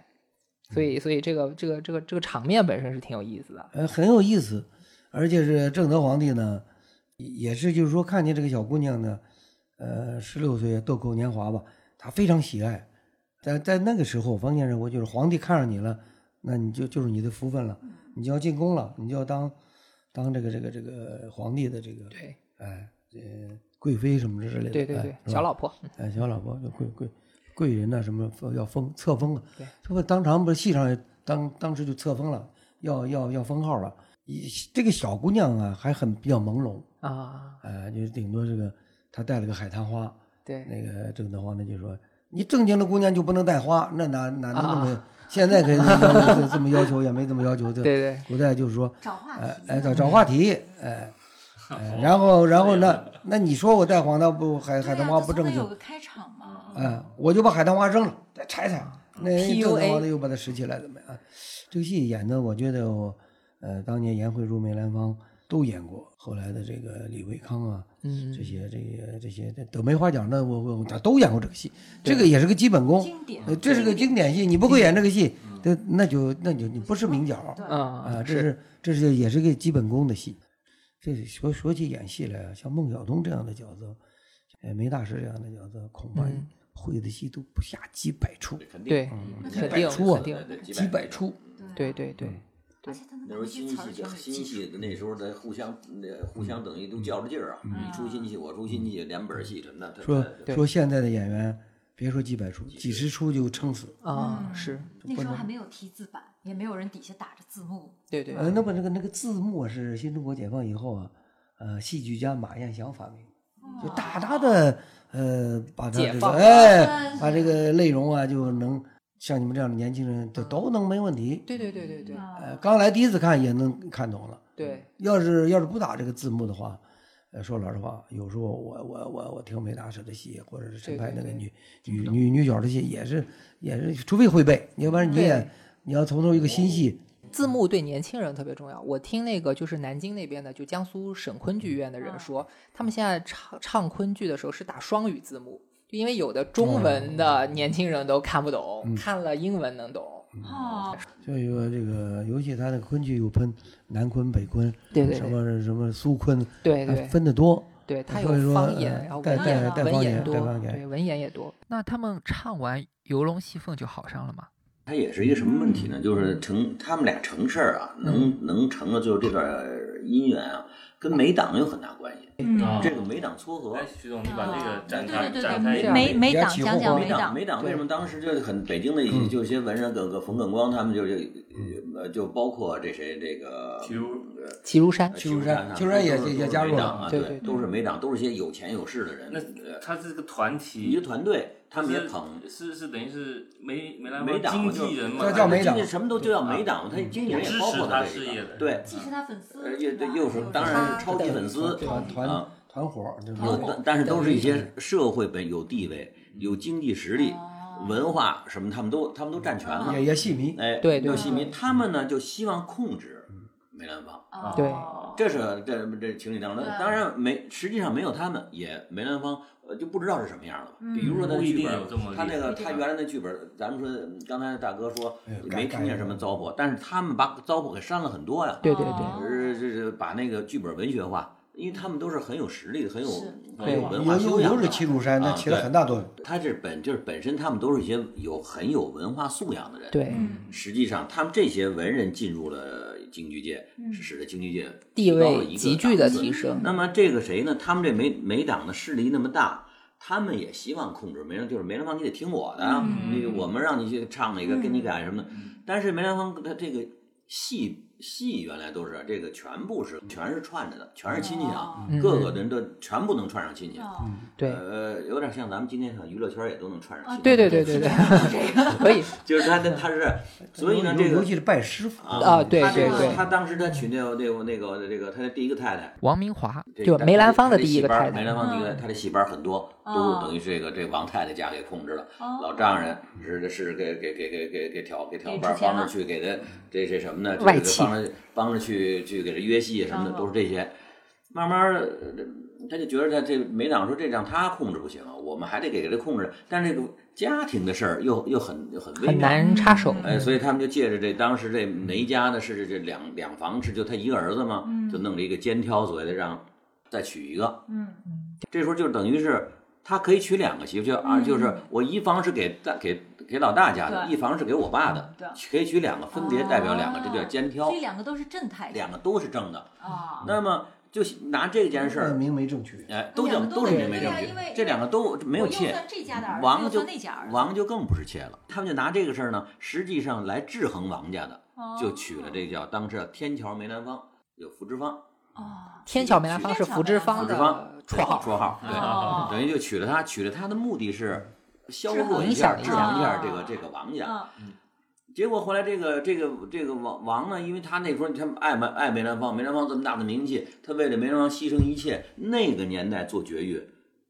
Speaker 1: 所以所以这个这个这个这个场面本身是挺有意思的，
Speaker 5: 呃，很有意思，而且是正德皇帝呢，也是就是说看见这个小姑娘呢，呃，十六岁豆蔻年华吧，他非常喜爱。在在那个时候，封建人物就是皇帝看上你了，那你就就是你的福分了，你就要进宫了，你就要当当这个这个这个皇帝的这个
Speaker 1: 对
Speaker 5: 哎呃贵妃什么之类的，
Speaker 1: 对对对
Speaker 5: 哎，是
Speaker 1: 小
Speaker 5: 吧
Speaker 1: 老婆，嗯
Speaker 5: 哎，小老婆叫贵贵贵人呐、什么要封册封啊
Speaker 1: 对，
Speaker 5: 这不当场不是戏上也当当时就册封了，要要要封号了。一这个小姑娘啊，还很比较朦胧，
Speaker 1: 啊，
Speaker 5: 呃，就是顶多这个她带了个海棠花，
Speaker 1: 对，
Speaker 5: 那个郑德皇呢就说：“你正经的姑娘就不能带花，那哪哪能那么？
Speaker 1: 啊
Speaker 5: 现在可以这么要求这么要求，也没这么要求 的。
Speaker 1: 对对
Speaker 5: 古代就是说，
Speaker 2: 找话
Speaker 5: 哎
Speaker 2: 题，
Speaker 5: 哎，找找话题，哎，哎然后然后那那你说我带黄的不海
Speaker 2: 对
Speaker 5: 海
Speaker 2: 呀
Speaker 5: 棠花不
Speaker 2: 总
Speaker 5: 正
Speaker 2: 得
Speaker 5: 经
Speaker 2: 有？个开场嘛。啊
Speaker 5: 嗯，我就把海棠花扔了，再拆拆。那
Speaker 1: PUA
Speaker 5: 正好的又把它拾起来，怎么样？这个戏演的，我觉得我，呃，当年颜慧珠、梅兰芳都演过，后来的这个李维康啊，
Speaker 1: 嗯
Speaker 5: 这些这些这些得梅花奖的，我我他都演过这个戏，这个也是个基本功，
Speaker 2: 经典
Speaker 5: 呃这是个经典戏，你不会演这个戏，那那就那就你不是名角儿，
Speaker 2: 对
Speaker 1: 啊
Speaker 5: 啊，这是这是也是个基本功的戏。这说说起演戏来啊，像孟小冬这样的角色，呃，梅大师这样的角色，恐怕
Speaker 1: 嗯
Speaker 5: 会的戏都不下几百出，
Speaker 6: 肯定
Speaker 1: 对，
Speaker 5: 嗯
Speaker 6: 几
Speaker 1: 肯
Speaker 5: 百
Speaker 1: 定
Speaker 5: 出啊
Speaker 1: 肯定，
Speaker 6: 对
Speaker 5: 几百出。
Speaker 1: 对对对，
Speaker 2: 而且他那
Speaker 6: 那时候
Speaker 2: 个
Speaker 6: 新
Speaker 2: 词儿
Speaker 6: 戏
Speaker 2: 全，是
Speaker 6: 新
Speaker 2: 技术
Speaker 6: 戏那时候在互相那互相等于都较着劲儿啊，你出新戏，我出新戏，两本儿戏什么的。他
Speaker 5: 说
Speaker 6: 他
Speaker 1: 对
Speaker 5: 说现在的演员，别说几百出，几十出就撑死。
Speaker 1: 啊是，
Speaker 5: 嗯
Speaker 2: 那时候还没有提字版，也没有人底下打着字幕。
Speaker 1: 对对，
Speaker 5: 呃，那么那个那个字幕啊是新中国解放以后啊，呃，戏剧家马彦祥发明的，就大大的呃把它
Speaker 1: 解
Speaker 5: 这个
Speaker 1: 放
Speaker 5: 哎把这个内容啊就能像你们这样的年轻人
Speaker 1: 嗯
Speaker 5: 都都能没问题。
Speaker 1: 对对对对
Speaker 2: 嗯
Speaker 1: 对
Speaker 5: 呃，刚来第一次看也能看懂了。嗯
Speaker 1: 对，
Speaker 5: 要是要是不打这个字幕的话，呃，说老实话，有时候我我我我听梅大师的戏，或者是陈派那个
Speaker 1: 对对对
Speaker 5: 女女女女角的戏，也是也是，除非会背，要不然你也你要从头一个新戏，
Speaker 1: 字幕对年轻人特别重要。我听那个就是南京那边的，就
Speaker 2: 嗯
Speaker 1: 江苏省昆剧院的人说，他们现在唱唱昆剧的时候是打双语字幕，就因为有
Speaker 5: 哦
Speaker 1: 的中文的年轻人都看不懂，
Speaker 5: 嗯
Speaker 1: 看了英文能懂。
Speaker 2: 哦，
Speaker 5: 所以说这个，尤其他那个昆剧又分南昆、北昆，
Speaker 1: 对对对
Speaker 5: 什么什么苏昆，
Speaker 1: 对
Speaker 5: 还
Speaker 1: 对
Speaker 5: 分得多。
Speaker 1: 对，它
Speaker 5: 所以
Speaker 1: 有
Speaker 5: 说
Speaker 1: 方言，
Speaker 5: 呃
Speaker 1: 然后
Speaker 5: 带
Speaker 1: 文言
Speaker 2: 带带
Speaker 1: 文
Speaker 5: 方
Speaker 1: 言
Speaker 5: 言带
Speaker 1: 多，
Speaker 5: 方言
Speaker 1: 对文言也多。
Speaker 4: 那他们唱完《游龙戏凤》就好上了吗？
Speaker 6: 它也是一个什么问题呢？就是成他们俩成事儿啊，能能成了就是这段姻缘啊，跟梅党有很大关系。
Speaker 2: 嗯
Speaker 3: 啊
Speaker 6: 这个梅党撮合
Speaker 3: 哎，，徐总，你把这个展
Speaker 2: 对
Speaker 3: 开
Speaker 2: 对
Speaker 3: 展
Speaker 2: 对
Speaker 3: 开一
Speaker 2: 对，
Speaker 3: 下，
Speaker 2: 梅梅
Speaker 5: 家
Speaker 2: 党
Speaker 5: 起
Speaker 2: 讲
Speaker 5: 户
Speaker 2: 讲
Speaker 5: 口
Speaker 2: 梅
Speaker 6: 党
Speaker 2: 党，
Speaker 6: 梅党为什么当时就是很北京的
Speaker 5: 嗯
Speaker 6: 一就一些文人，葛葛冯耿光他们就就呃就包括这谁这个
Speaker 3: 齐如
Speaker 1: 齐如山，
Speaker 6: 邱山啊，
Speaker 5: 邱山也
Speaker 6: 都是
Speaker 5: 也加入了
Speaker 6: 都是梅党啊，
Speaker 1: 对对对
Speaker 6: 都是梅党，都是些有钱有势的人，
Speaker 3: 那
Speaker 6: 呃
Speaker 3: 他这个团
Speaker 6: 一
Speaker 3: 体，
Speaker 6: 个团队，他们也捧。
Speaker 3: 是是是等于是梅梅兰
Speaker 6: 梅
Speaker 3: 芳
Speaker 6: 党
Speaker 3: 经
Speaker 6: 嘛就
Speaker 3: 纪人嘛，啊
Speaker 5: 这叫梅党嗯
Speaker 6: 经纪什么都就叫梅党，他经纪人也包括到这
Speaker 3: 支持他事
Speaker 6: 里
Speaker 3: 业
Speaker 6: 了
Speaker 3: 的嗯
Speaker 6: 对，
Speaker 2: 既是他粉丝，
Speaker 6: 呃，
Speaker 2: 是
Speaker 6: 也
Speaker 2: 吧
Speaker 6: 对，又是当然是超级粉丝，
Speaker 5: 团团
Speaker 6: 啊，
Speaker 5: 团伙，这
Speaker 2: 团
Speaker 5: 是
Speaker 2: 伙
Speaker 6: 有，但是都是一些社会本有地位、
Speaker 3: 嗯
Speaker 6: 有经济实力、
Speaker 5: 哦
Speaker 2: 哦
Speaker 6: 文化什么，他们都他们都占全了
Speaker 5: 也。也戏迷。
Speaker 6: 哎，
Speaker 1: 对对
Speaker 6: 有戏迷，他们呢就希望控制
Speaker 3: 嗯
Speaker 6: 梅兰芳，
Speaker 2: 哦
Speaker 1: 对
Speaker 6: 这是这这情侣当中，
Speaker 2: 对
Speaker 6: 当然没，实际上没有他们，也梅兰芳呃就不知道是什么样了。
Speaker 2: 嗯
Speaker 6: 比如说他的
Speaker 3: 不一
Speaker 6: 剧
Speaker 3: 定有这么
Speaker 6: 本，
Speaker 3: 厉
Speaker 6: 他那个
Speaker 3: 害
Speaker 6: 他原来的剧本，咱们说刚才大哥说
Speaker 5: 哎呦
Speaker 6: 没听见什么糟粕，但是他们把糟粕给删了很多呀。
Speaker 1: 对对对
Speaker 2: 哦
Speaker 6: 呃，这这把那个剧本文学化，因为他们都是很有实力的，很有
Speaker 2: 是
Speaker 6: 很
Speaker 1: 对
Speaker 6: 有文化
Speaker 5: 尤
Speaker 6: 修
Speaker 5: 尤
Speaker 6: 养
Speaker 5: 尤
Speaker 6: 的
Speaker 5: 是。齐楚山，
Speaker 6: 啊
Speaker 5: 他起了很大作用。
Speaker 6: 他这本就是本身他们都是一些有很有文化素养的人。，
Speaker 1: 对，
Speaker 2: 嗯
Speaker 6: 实际上他们这些文人进入了京剧界，是使得京剧界
Speaker 1: 嗯地
Speaker 6: 提高了
Speaker 1: 位
Speaker 6: 一个
Speaker 1: 急剧的
Speaker 6: 档次
Speaker 1: 提升。
Speaker 6: 那么这个谁呢？他们这梅梅党的势力那么大，他们也希望控制梅兰，就是梅兰芳，你得听我的啊，
Speaker 1: 嗯
Speaker 6: 你我们让你去唱一个，跟你改什么的。但是梅兰芳他这个戏戏原来都是这个全部是全是串着的，全是亲戚啊，
Speaker 1: 嗯
Speaker 6: 各个人都全部能串上亲戚。
Speaker 2: 哦
Speaker 1: 对，
Speaker 6: 呃，有点像咱们今天像娱乐圈也都能串上亲
Speaker 1: 哦
Speaker 6: 戚。啊
Speaker 1: 对对对对对，
Speaker 6: 呃
Speaker 1: 可以
Speaker 6: 就是他他他 是，所以呢
Speaker 5: 尤
Speaker 6: 这个
Speaker 5: 尤其是拜师傅
Speaker 1: 啊，对
Speaker 6: 他这
Speaker 1: 对
Speaker 6: 个
Speaker 1: 对
Speaker 6: 他当时他娶那个那个那个这个他的第一个太太。
Speaker 4: 王明华，
Speaker 6: 这
Speaker 1: 就
Speaker 6: 但
Speaker 1: 梅
Speaker 6: 他
Speaker 1: 兰
Speaker 6: 这
Speaker 1: 芳的
Speaker 6: 他这
Speaker 1: 第一
Speaker 6: 戏
Speaker 1: 个
Speaker 6: 班儿
Speaker 1: 太太
Speaker 6: 梅兰芳第一个
Speaker 2: 嗯
Speaker 6: 他的戏班儿很多都
Speaker 2: 哦
Speaker 6: 等于这个这王太太家给控制了，
Speaker 2: 哦
Speaker 6: 老丈人是是给给给给给给挑给挑
Speaker 2: 给
Speaker 6: 班儿，
Speaker 2: 出钱
Speaker 6: 帮着
Speaker 2: 了
Speaker 6: 去给他这这什么呢？这
Speaker 1: 外
Speaker 6: 个
Speaker 1: 戚
Speaker 6: 帮着帮着去去给他约戏啊什么的，
Speaker 2: 嗯
Speaker 6: 都是这些。慢慢儿呃这他就觉得他这梅党说这让他控制不行啊，我们还得给他控制，但是这个家庭的事儿又又很又很微
Speaker 1: 很
Speaker 6: 妙。
Speaker 1: 难插手。
Speaker 6: 哎，
Speaker 2: 嗯
Speaker 6: 所以他们就借着这当时这梅家呢是这两两房制，就他一个儿子嘛，就弄了一个肩挑，所谓的让再娶一个。
Speaker 2: 嗯
Speaker 6: 这时候就等于是他可以娶两个媳妇，就啊，就是我一房是给大给给老大家的，
Speaker 2: 嗯对
Speaker 6: 一房是给我爸的
Speaker 2: 对，哦
Speaker 6: 可以娶两个，分别代表两个，这叫肩挑
Speaker 2: 所以，两个都是正太
Speaker 6: 两个都是正的。
Speaker 2: 啊，
Speaker 6: 那么就拿这件事
Speaker 5: 这
Speaker 6: 儿，
Speaker 5: 明媒正娶。
Speaker 6: 哎，都
Speaker 2: 两
Speaker 6: 叫
Speaker 2: 个都
Speaker 6: 都是
Speaker 2: 是
Speaker 6: 明媒
Speaker 2: 对
Speaker 6: 正
Speaker 2: 呀
Speaker 6: 娶
Speaker 2: 因为，
Speaker 6: 这两个都没有
Speaker 2: 我又
Speaker 6: 妾，
Speaker 2: 算这家的儿子，
Speaker 6: 王
Speaker 2: 又
Speaker 6: 就
Speaker 2: 算那家儿子，
Speaker 6: 王就更不是妾了，他们就拿这个事儿呢，实际上来制衡王家的，
Speaker 2: 哦
Speaker 6: 就娶了这叫当时叫天桥梅兰芳，有福之芳，
Speaker 2: 哦
Speaker 1: 天桥梅兰芳是
Speaker 2: 天桥
Speaker 1: 福
Speaker 2: 梅
Speaker 1: 之
Speaker 2: 兰芳
Speaker 1: 芳
Speaker 6: 福
Speaker 1: 的
Speaker 6: 之芳
Speaker 1: 绰号，
Speaker 6: 绰号，对，
Speaker 2: 哦
Speaker 6: 等于就娶了她，娶了她的目的是削
Speaker 1: 制
Speaker 6: 弱
Speaker 1: 衡
Speaker 6: 一
Speaker 1: 一
Speaker 6: 下，
Speaker 1: 下
Speaker 6: 制衡一下
Speaker 2: 哦
Speaker 6: 这个这个王家。
Speaker 2: 嗯
Speaker 6: 结果后来这个这个这个王王呢，因为他那时候他爱梅爱梅兰芳，梅兰芳这么大的名气，他为了梅兰芳牺牲一切。那个年代做绝育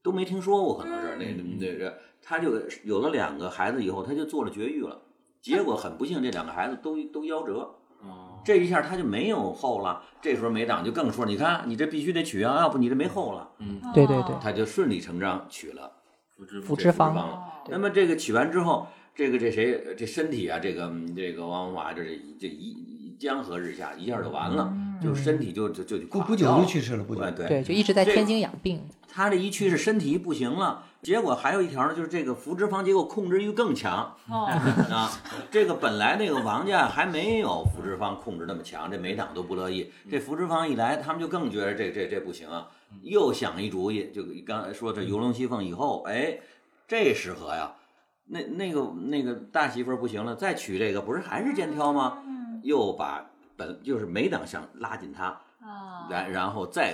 Speaker 6: 都没听说过，可能是那
Speaker 2: 嗯
Speaker 6: 那这，他就有了两个孩子以后，他就做了绝育了。结果很不幸，这两个孩子都都夭折。
Speaker 3: 哦
Speaker 6: 这一下他就没有后了。这时候梅党就更说：“你看，你这必须得娶啊，要不你这没后了。
Speaker 3: 嗯，
Speaker 1: 对对对”
Speaker 2: 哦
Speaker 6: 他就顺理成章娶了。
Speaker 3: 福之
Speaker 1: 福
Speaker 3: 福
Speaker 1: 之
Speaker 6: 方
Speaker 1: 方
Speaker 6: 了。
Speaker 2: 哦
Speaker 1: 对
Speaker 6: 那么这个取完之后，这个这谁呃这身体啊，这个嗯这个王文华这这这一江河日下，一下就完了，就是身体就就就
Speaker 5: 不
Speaker 6: 垮
Speaker 5: 不久
Speaker 6: 掉
Speaker 5: 就
Speaker 6: 了
Speaker 5: 去世了，不久
Speaker 6: 哎。对
Speaker 1: 嗯对，就一直在
Speaker 6: 这
Speaker 1: 天津养病。
Speaker 6: 他这一去是身体不行了，结果还有一条呢，就是这个福之方结果控制欲更强
Speaker 2: 哦，
Speaker 6: 啊。这个本来那个王家还没有福之方控制那么强，这梅党都不乐意。这福之方一来，他们就更觉得这这这不行啊，又想一主意，就刚才说这游龙戏凤以后，哎，这适合呀。那那个那个大媳妇儿不行了，再娶这个不是还是肩挑吗？
Speaker 2: 嗯
Speaker 6: 又把本就是梅党想拉近他，
Speaker 2: 啊，
Speaker 6: 然然后再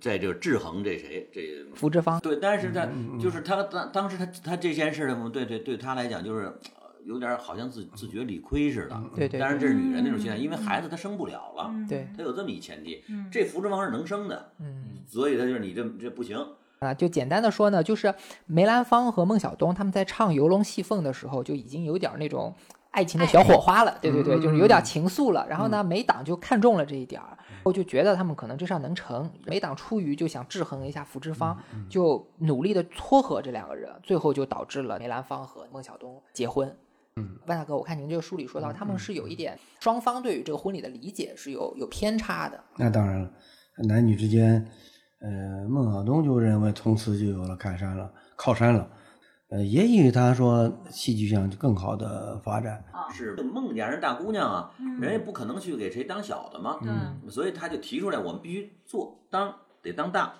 Speaker 6: 再就制衡这谁这
Speaker 1: 福之方，
Speaker 6: 对，但是他
Speaker 3: 嗯
Speaker 6: 就是他当当时他他这件事呢，对对对他来讲就是呃有点好像自自觉理亏似
Speaker 3: 嗯
Speaker 6: 的。
Speaker 1: 对对
Speaker 6: 当然这是女人那种心态，
Speaker 2: 嗯
Speaker 6: 因为孩子他生不了了，
Speaker 1: 对
Speaker 6: 他有这么一前提
Speaker 2: 嗯，
Speaker 6: 这福之王是能生的，
Speaker 1: 嗯
Speaker 6: 所以他就是你这这不行，
Speaker 1: 啊，就简单的说呢，就是梅兰芳和孟小冬他们在唱《游龙戏凤》的时候，就已经有点那种。爱情的小火花了，对对对，就是有点情愫了。然后呢，美党就看中了这一点儿，我就觉得他们可能这事儿能成。美党出于就想制衡一下福之方，就努力的撮合这两个人，最后就导致了梅兰芳和孟小冬结婚。
Speaker 5: 嗯，
Speaker 1: 万大哥，我看您这个书里说到，他们是有一点双方对于这个婚礼的理解是有有偏差的。
Speaker 5: 那当然了，男女之间，呃，孟小冬就认为从此就有了靠山了，靠山了。呃，也以他说戏剧上更好的发展，
Speaker 6: 是孟家人大姑娘啊，
Speaker 2: 嗯
Speaker 6: 人也不可能去给谁当小的嘛，嗯
Speaker 2: 对，
Speaker 1: 嗯
Speaker 6: 所以他就提出来，我们必须做当得当大，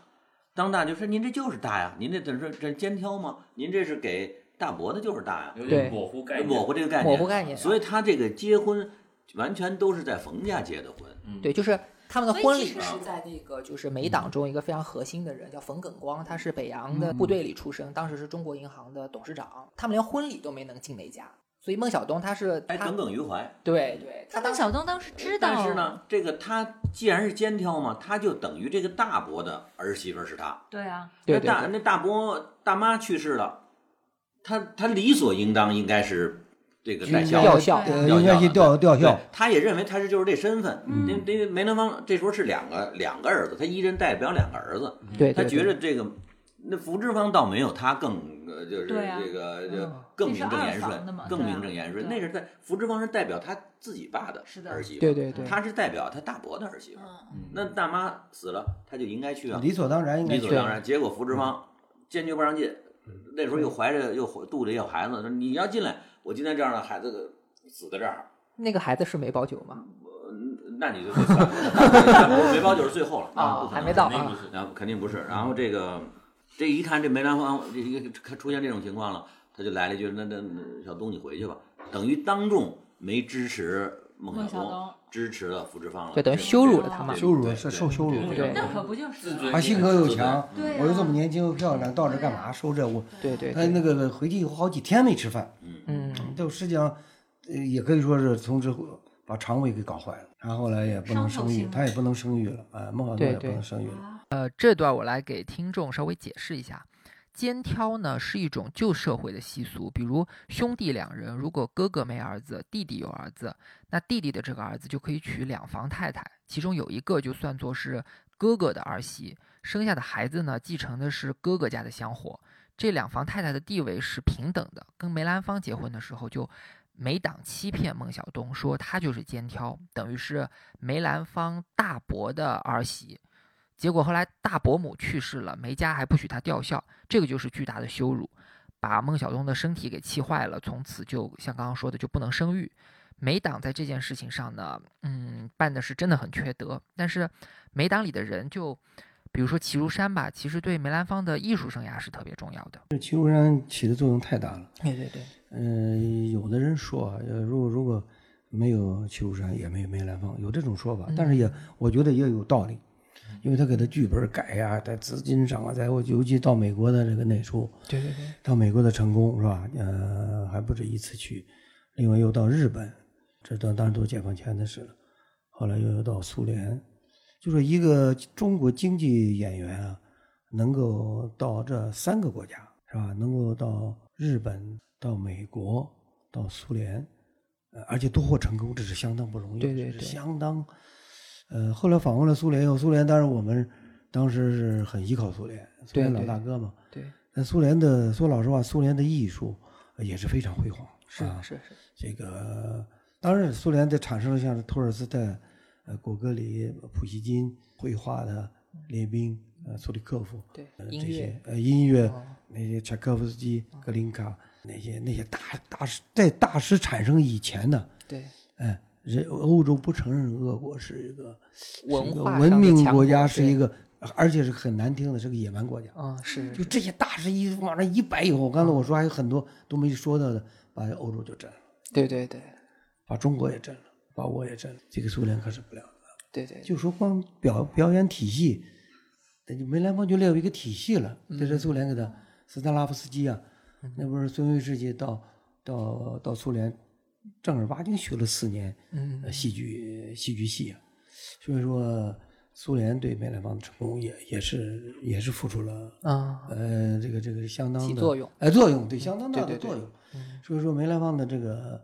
Speaker 6: 当大就说您这就是大呀，您这等于说这肩挑吗？您这是给大伯的就是大呀，
Speaker 3: 有
Speaker 1: 对
Speaker 3: 点模糊概念，
Speaker 6: 模糊这个概念，
Speaker 1: 模糊概念
Speaker 6: 所以他这个结婚完全都是在冯家结的婚，
Speaker 1: 对，就是他们的婚礼嗯
Speaker 2: 所以其实
Speaker 1: 是在那个就是美党中一个非常核心的人叫冯耿光，他是北洋的部队里出生，当时是中国银行的董事长，他们连婚礼都没能进那家，所以孟小冬他是
Speaker 6: 还
Speaker 1: 他
Speaker 6: 耿耿于怀。
Speaker 1: 对对，他
Speaker 2: 他们
Speaker 1: 当时
Speaker 2: 小东当时知道，
Speaker 6: 但是呢，这个他既然是肩挑嘛，他就等于这个大伯的儿媳妇儿是他。
Speaker 2: 对啊，
Speaker 1: 对
Speaker 6: 那大
Speaker 1: 对
Speaker 6: 那大伯大妈去世了，他他理所应当应该是这个带
Speaker 5: 军
Speaker 6: 孝
Speaker 1: 吊
Speaker 6: 的
Speaker 1: 孝
Speaker 2: 对
Speaker 5: 呃，应该去吊吊
Speaker 6: 对
Speaker 5: 孝，，
Speaker 6: 他也认为他是就是这身份，
Speaker 2: 嗯
Speaker 6: 因为因为梅兰芳这时候是两个两个儿子，他一人代表两个儿子，
Speaker 1: 对，
Speaker 6: 他
Speaker 1: 对
Speaker 6: 觉得这个那福之方倒没有他更呃就是
Speaker 2: 对啊
Speaker 6: 这个就
Speaker 1: 嗯
Speaker 6: 更名正言
Speaker 2: 这是二房的
Speaker 6: 顺
Speaker 2: 嘛，
Speaker 6: 更
Speaker 2: 对啊
Speaker 6: 名正言顺。
Speaker 2: 对
Speaker 6: 那是在福之方是代表他自己爸的
Speaker 2: 是的
Speaker 6: 儿媳妇，
Speaker 1: 对对对，
Speaker 6: 他是代表他大伯的儿媳妇。
Speaker 2: 嗯，
Speaker 6: 那大妈死了，他就应该去啊，
Speaker 5: 理所当然应该
Speaker 6: 理
Speaker 5: 去
Speaker 6: 所
Speaker 1: 啊
Speaker 6: 当然。结果
Speaker 1: 嗯
Speaker 6: 福之方坚决不让进，那时候又怀着又怀肚里有孩子，说你要进来，我今天这样的孩子死在这儿，嗯
Speaker 1: 那个孩子是梅葆玖吗？
Speaker 6: 那你就得算了。 我梅葆玖是最后了
Speaker 2: 哦
Speaker 1: 啊，还没到
Speaker 3: 肯定不
Speaker 1: 啊，
Speaker 3: 是。
Speaker 6: 然后肯定不是。然后这个这一看这梅兰芳这一个看出现这种情况了，他就来了一句：“那那那小东你回去吧。”等于当众没支持孟
Speaker 2: 孟
Speaker 6: 小
Speaker 2: 小
Speaker 6: 冬，
Speaker 2: 冬，
Speaker 6: 支持了福之方了，
Speaker 1: 对，等于
Speaker 6: 这个
Speaker 1: 羞辱
Speaker 6: 这
Speaker 1: 了他嘛
Speaker 6: 对。
Speaker 5: 羞辱了是受羞辱
Speaker 1: 对
Speaker 2: 那可不就是
Speaker 3: 自尊
Speaker 5: 他性格又强，
Speaker 2: 对啊啊
Speaker 5: 我又这么年轻又漂亮，到这干嘛收这我？
Speaker 1: 对对
Speaker 5: 他
Speaker 1: 对，
Speaker 5: 哎那个回去以后好几天没吃饭，
Speaker 1: 嗯，
Speaker 5: 就实际上，呃，也可以说是从之后把肠胃给搞坏了，然后后来也不能生
Speaker 2: 伤透
Speaker 5: 育
Speaker 2: 心，了
Speaker 5: 他也不能生育了，啊，孟小冬
Speaker 1: 对
Speaker 5: 也不
Speaker 1: 对
Speaker 5: 能生育了。
Speaker 4: 呃，这段我来给听众稍微解释一下。肩挑呢是一种旧社会的习俗，比如兄弟两人，如果哥哥没儿子，弟弟有儿子，那弟弟的这个儿子就可以娶两房太太，其中有一个就算作是哥哥的儿媳，生下的孩子呢继承的是哥哥家的香火。这两房太太的地位是平等的，跟梅兰芳结婚的时候就梅党欺骗孟小冬说她就是肩挑，等于是梅兰芳大伯的儿媳，结果后来大伯母去世了，梅家还不许她吊孝，这个就是巨大的羞辱，把孟小冬的身体给气坏了，从此就像刚刚说的就不能生育。梅党在这件事情上呢，嗯，办的是真的很缺德，但是梅党里的人就，比如说齐如山吧，其实对梅兰芳的艺术生涯是特别重要的。
Speaker 5: 这齐如山起的作用太大了。
Speaker 1: 对对对，
Speaker 5: 嗯、有的人说啊，呃，如果如果没有齐如山，也没有梅兰芳，有这种说法，但是也我觉得也有道理，因为他给他剧本改呀、在资金上啊，在我尤其到美国的这个内出，
Speaker 1: 对对对，
Speaker 5: 到美国的成功是吧？呃，还不止一次去，另外又到日本，这当当然都解放前的事了。后来又到苏联，就说一个中国经济演员啊，能够到这三个国家是吧？能够到日本、到美国、到苏联，呃而且多获成功，这是相当不容易，
Speaker 1: 对对
Speaker 5: 这是
Speaker 1: 对
Speaker 5: 相当。呃，后来访问了苏联以后，苏联当然我们当时是很依靠苏联，苏联
Speaker 1: 对
Speaker 5: 老
Speaker 1: 对
Speaker 5: 大哥嘛。
Speaker 1: 对，
Speaker 5: 那苏联的说老实话，苏联的艺术呃也是非常辉煌。
Speaker 1: 是
Speaker 5: 啊，
Speaker 1: 是是，
Speaker 5: 这个当然，苏联在产生了像是托尔斯泰、呃果戈里、普希金绘画的列宾、呃苏里克夫，
Speaker 1: 嗯对
Speaker 5: 呃、
Speaker 1: 音
Speaker 5: 这
Speaker 1: 乐
Speaker 5: 些呃音乐、
Speaker 1: 哦
Speaker 5: 那些柴可夫斯基、格林卡那些那些大大师，在大师产生以前呢，
Speaker 1: 对
Speaker 5: 哎，人欧洲不承认俄国是一个是一个
Speaker 1: 文化
Speaker 5: 文
Speaker 1: 上的
Speaker 5: 明
Speaker 1: 强
Speaker 5: 国
Speaker 1: 国
Speaker 5: 家，是
Speaker 1: 对
Speaker 5: 一个而且是很难听的，是个野蛮国家。
Speaker 1: 嗯是
Speaker 5: 就这些大师一往上一摆以后，刚才我说还有很多都没说到的，把欧洲就占了，
Speaker 1: 对对对
Speaker 5: 把中国也占了，把我也占了，这个苏联可是不了的。
Speaker 1: 对对，
Speaker 5: 就说光表表演体系，那就梅兰芳就列为一个体系了，这是苏联给他，斯特拉夫斯基啊，那不是孙维世界到到到苏联正儿八经学了四年，
Speaker 1: 嗯
Speaker 5: 呃戏剧戏剧系啊，所以说苏联对梅兰芳的成功也也是也是付出了。
Speaker 1: 嗯
Speaker 5: 呃，这个这个相当
Speaker 1: 起
Speaker 5: 的
Speaker 1: 作用，
Speaker 5: 哎，作用对，相当
Speaker 1: 对嗯
Speaker 5: 大
Speaker 1: 对
Speaker 5: 的
Speaker 1: 对
Speaker 5: 作用。所以说梅兰芳的这个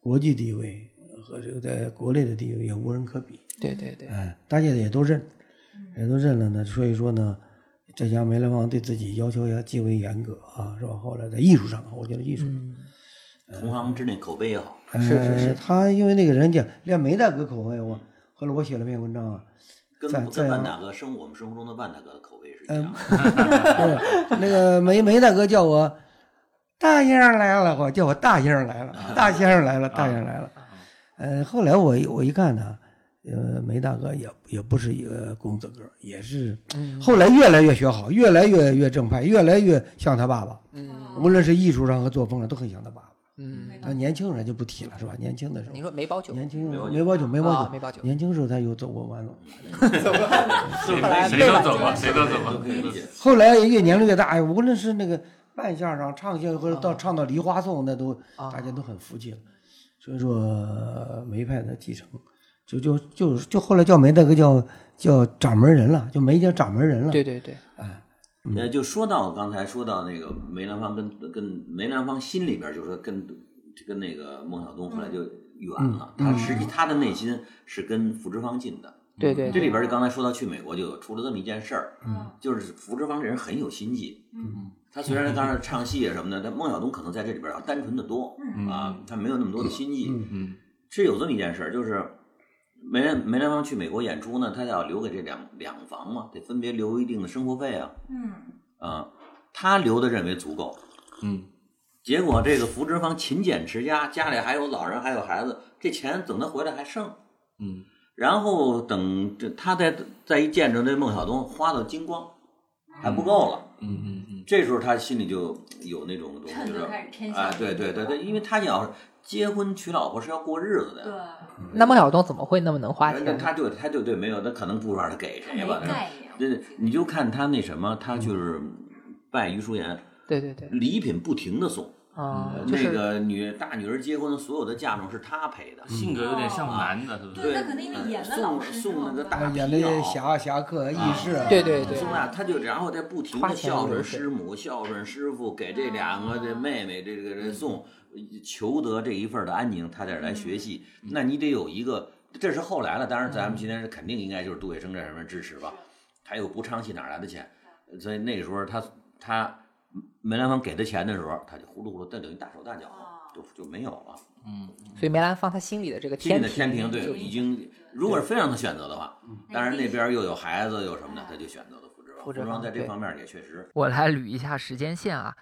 Speaker 5: 国际地位和这个在国内的地位也无人可比。
Speaker 1: 对对嗯对，
Speaker 5: 哎，大家也都认，也都认了呢。所以说呢，浙江梅兰芳对自己要求也极为严格啊，是吧？后来在艺术上，我觉得艺术，
Speaker 6: 同行之内口碑也好，
Speaker 5: 呃
Speaker 1: 嗯是是是
Speaker 5: 他因为那个人家练梅大哥口味，我啊后来我写了篇文章啊，
Speaker 6: 跟
Speaker 5: 在
Speaker 6: 跟
Speaker 5: 在嗯
Speaker 6: 万大哥生我们生活中的万大哥的口碑是一样的。
Speaker 5: 对那个梅梅大哥叫我大爷儿来了，我叫我大爷儿来了，
Speaker 1: 啊
Speaker 5: 大先生来了，大爷儿来了。呃，后来我一我一看呢，呃，梅大哥也也不是一个公子哥儿，也是
Speaker 1: 嗯
Speaker 5: 后来越来越学好，越来越越正派，越来越像他爸爸，
Speaker 1: 嗯
Speaker 5: 无论是艺术上和作风上都很像他爸爸。
Speaker 1: 嗯，
Speaker 5: 那年轻人就不提了，是吧？年轻的时候
Speaker 1: 你，说梅葆玖，
Speaker 5: 年轻梅葆玖，梅
Speaker 1: 啊
Speaker 5: 葆玖，
Speaker 1: 梅葆玖
Speaker 5: 年轻时候他有走过弯路。
Speaker 3: 是
Speaker 1: 后来
Speaker 3: 谁
Speaker 1: 被挽
Speaker 3: 都走
Speaker 1: 救
Speaker 3: 吧，
Speaker 1: 了
Speaker 3: 谁都走吧，
Speaker 6: 可以理解。
Speaker 5: 后来越年龄越大，哎，无论是那个扮相上、唱相或者到唱到《梨花颂》，那都
Speaker 1: 啊
Speaker 5: 大家都很服气了。所以说呃梅派的继承，就就就就后来叫梅大哥叫叫掌门人了，就梅家掌门人了。
Speaker 1: 对，对对，
Speaker 2: 嗯
Speaker 6: 呃，就说到刚才说到那个梅兰芳跟跟梅兰芳心里边就说跟跟那个孟小冬后来
Speaker 2: 嗯
Speaker 6: 就远了，他实际他的内心是跟福芝芳近的。
Speaker 1: 对对
Speaker 6: 这
Speaker 1: 对
Speaker 6: 里边就刚才说到去美国就有出了这么一件事儿，就是福芝芳这人很有心计，
Speaker 2: 嗯，
Speaker 6: 他虽然刚才唱戏啊什么的，但孟小冬可能在这里边要单纯的多，
Speaker 2: 嗯
Speaker 6: 啊，他没有那么多的心计，
Speaker 5: 嗯
Speaker 3: 嗯
Speaker 6: 是有这么一件事儿，就是梅兰梅兰芳去美国演出呢，他要留给这两两房嘛，得分别留一定的生活费啊，
Speaker 2: 嗯，
Speaker 6: 啊，他留的认为足够，
Speaker 3: 嗯，
Speaker 6: 结果这个福芝芳勤俭持家，家里还有老人还有孩子，这钱等他回来还剩，
Speaker 3: 嗯，
Speaker 6: 然后等这他再再一见着这孟小冬，花到精光，还不够了。
Speaker 3: 嗯嗯嗯，
Speaker 6: 这时候他心里就有那种东西，就是
Speaker 2: 趁着开始偏向
Speaker 6: 哎，对对对对，因为他要是结婚娶老婆是要过日子的，
Speaker 2: 对，啊
Speaker 6: 嗯
Speaker 1: 那孟小冬怎么会那么能花
Speaker 6: 那
Speaker 1: 钱
Speaker 6: 那
Speaker 1: 呢？
Speaker 6: 他就他就对没有，他可能不知道他给谁
Speaker 2: 没
Speaker 6: 吧。
Speaker 2: 概念。
Speaker 6: 对，你就看他那什么，他就是拜于淑妍，
Speaker 1: 对对对，
Speaker 6: 礼品不停的送。
Speaker 1: 啊
Speaker 6: 呃，
Speaker 1: 就
Speaker 6: 那
Speaker 1: 是嗯
Speaker 6: 个女大女儿结婚，所有的嫁妆是她赔的。
Speaker 3: 性格有点像男的，是不
Speaker 2: 对
Speaker 3: 是？
Speaker 2: 那肯定得演了
Speaker 6: 送
Speaker 2: 老师
Speaker 6: 送那个大
Speaker 5: 哎，演
Speaker 6: 皮
Speaker 5: 的
Speaker 6: 袄
Speaker 5: 侠侠客、义士啊，
Speaker 1: 对对对
Speaker 6: 送啊，他就然后再不停
Speaker 1: 花
Speaker 6: 的
Speaker 1: 钱
Speaker 6: 孝
Speaker 1: 如
Speaker 6: 顺
Speaker 1: 水
Speaker 6: 师母、孝顺师傅，给这
Speaker 2: 啊
Speaker 6: 两个这妹妹这个人送，求得这一份儿的安宁，他再来学习。
Speaker 2: 嗯
Speaker 6: 那你得有一个，这是后来了。当然，咱们今天是肯定应该就是杜月笙这什么支持吧，他又不唱戏哪来的钱？所以那个时候他他梅兰芳给他钱的时候，他就呼噜呼噜，这等于大手大脚
Speaker 2: 哦
Speaker 6: 了，就就没有了。
Speaker 3: 嗯
Speaker 1: 所以梅兰芳她心里的这个
Speaker 6: 心里
Speaker 1: 天
Speaker 6: 的天平对
Speaker 1: 就
Speaker 6: 已经，
Speaker 2: 哎
Speaker 6: 如果是非让他选择的话，当然那边又有孩子又什么的，他就选择了福芝芳。
Speaker 1: 福
Speaker 6: 福
Speaker 1: 芝
Speaker 6: 芝
Speaker 1: 芳
Speaker 6: 芳在
Speaker 1: 对
Speaker 6: 这方面也确实
Speaker 4: 我来捋一下时间线啊。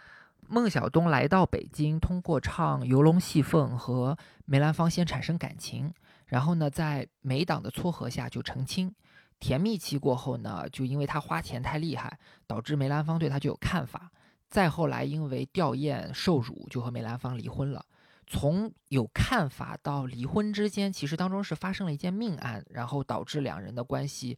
Speaker 4: 孟小冬来到北京，通过唱《游龙戏凤》和梅兰芳先产生感情，然后呢，在梅党的撮合下就成亲。甜蜜期过后呢，就因为他花钱太厉害，导致梅兰芳对他就有看法。再后来因为吊唁受辱，就和梅兰芳离婚了。从有看法到离婚之间，其实当中是发生了一件命案，然后导致两人的关系，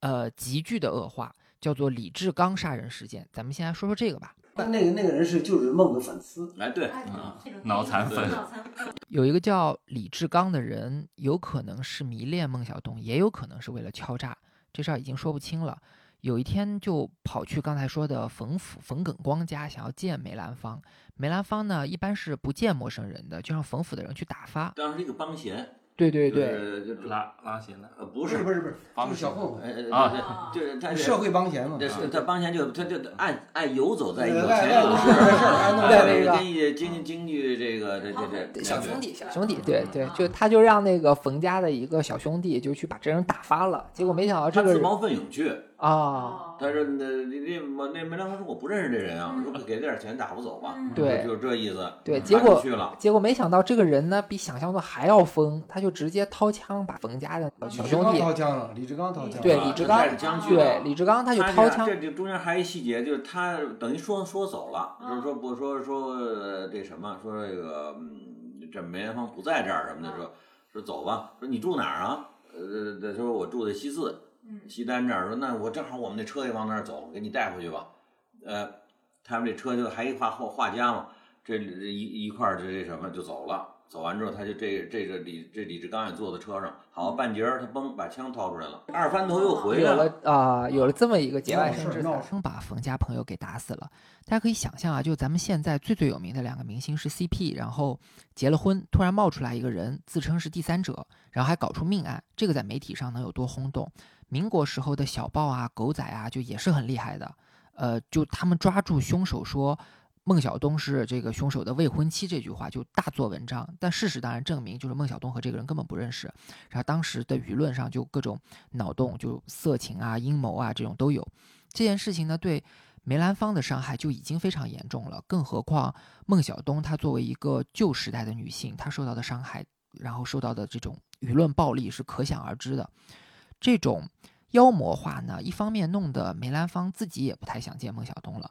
Speaker 4: 呃，急剧的恶化。叫做李志刚杀人事件。咱们先来说说这个吧。
Speaker 5: 但那个那个人是就是梦的粉丝，
Speaker 6: 哎对，
Speaker 2: 哎
Speaker 3: 啊
Speaker 2: 这种
Speaker 3: 脑残粉
Speaker 2: 脑残粉，
Speaker 4: 有一个叫李志刚的人，有可能是迷恋孟小冬，也有可能是为了敲诈，这事儿已经说不清了。有一天就跑去刚才说的冯府冯耿光家，想要见梅兰芳。梅兰芳呢，一般是不见陌生人的，就让冯府的人去打发。
Speaker 6: 当时这个帮闲，
Speaker 1: 对对
Speaker 6: 就
Speaker 1: 对，
Speaker 6: 是就
Speaker 3: 拉拉弦了，
Speaker 6: 呃不
Speaker 5: 不是
Speaker 6: 是
Speaker 5: 不是不是，
Speaker 3: 帮
Speaker 5: 就是小混混，
Speaker 6: 呃
Speaker 3: 啊
Speaker 6: 呃对就是他
Speaker 5: 社会帮闲嘛。
Speaker 6: 这是他帮闲就他就按按游走在有
Speaker 5: 对
Speaker 6: 钱
Speaker 5: 爱
Speaker 6: 有势
Speaker 5: 爱事儿爱弄
Speaker 1: 对对
Speaker 6: 对
Speaker 1: 对
Speaker 6: 经济经经济这个这这这
Speaker 1: 小
Speaker 6: 对
Speaker 1: 兄
Speaker 2: 弟，小
Speaker 1: 兄弟，对对，
Speaker 2: 啊
Speaker 1: 就他就让那个冯家的一个小兄弟就去把这人打发了，结果没想到这
Speaker 6: 他
Speaker 1: 个
Speaker 6: 自
Speaker 1: 人
Speaker 6: 告奋勇去，
Speaker 1: 啊，
Speaker 6: 他说那那那那梅兰芳说我不认识这人啊，我说给点钱打发走吧，
Speaker 2: 嗯
Speaker 1: 对
Speaker 6: 就就这意思，
Speaker 1: 对
Speaker 6: 他
Speaker 1: 结果
Speaker 6: 就去了。
Speaker 1: 结果没想到这个人呢比想象中还要疯，他就直接掏枪把冯家的小
Speaker 5: 李志
Speaker 1: 兄
Speaker 5: 刚
Speaker 1: 弟，
Speaker 5: 掏枪了，李志刚掏枪了。
Speaker 1: 对
Speaker 6: 啊
Speaker 1: 李志
Speaker 6: 他
Speaker 1: 刚
Speaker 6: 带着将去
Speaker 1: 对
Speaker 6: 了
Speaker 1: 李志刚他就
Speaker 6: 他
Speaker 1: 掏
Speaker 6: 这
Speaker 1: 枪
Speaker 6: 这，这中间还有一细节，就是他等于说说走了，就是说不说说呃这什么，说这个嗯这梅兰芳不在这儿什么的，说说走吧，说你住哪儿啊？呃，他说我住在西四，
Speaker 2: 嗯
Speaker 6: 西单这儿。说那我正好我们那车也往那儿走，给你带回去吧。呃，他们这车就还一画画画家嘛，这一一块儿这什么就走了。走完之后，他就这这个李这李志刚也坐在车上，好半截儿，他嘣把枪掏出来了，二翻头又回来
Speaker 1: 有了啊、有了这么一个节外生枝
Speaker 5: 闹
Speaker 1: 才。
Speaker 5: 事
Speaker 4: 生把冯家朋友给打死了。大家可以想象啊，就咱们现在最最有名的两个明星是 CP，然后结了婚，突然冒出来一个人自称是第三者，然后还搞出命案，这个在媒体上能有多轰动？民国时候的小报啊、狗仔啊，就也是很厉害的。呃，就他们抓住凶手说孟小冬是这个凶手的未婚妻这句话，就大做文章。但事实当然证明，就是孟小冬和这个人根本不认识。然后当时的舆论上就各种脑洞，就色情啊、阴谋啊这种都有。这件事情呢，对梅兰芳的伤害就已经非常严重了，更何况孟小冬她作为一个旧时代的女性，她受到的伤害，然后受到的这种舆论暴力是可想而知的。这种妖魔化呢，一方面弄得梅兰芳自己也不太想见孟小冬了，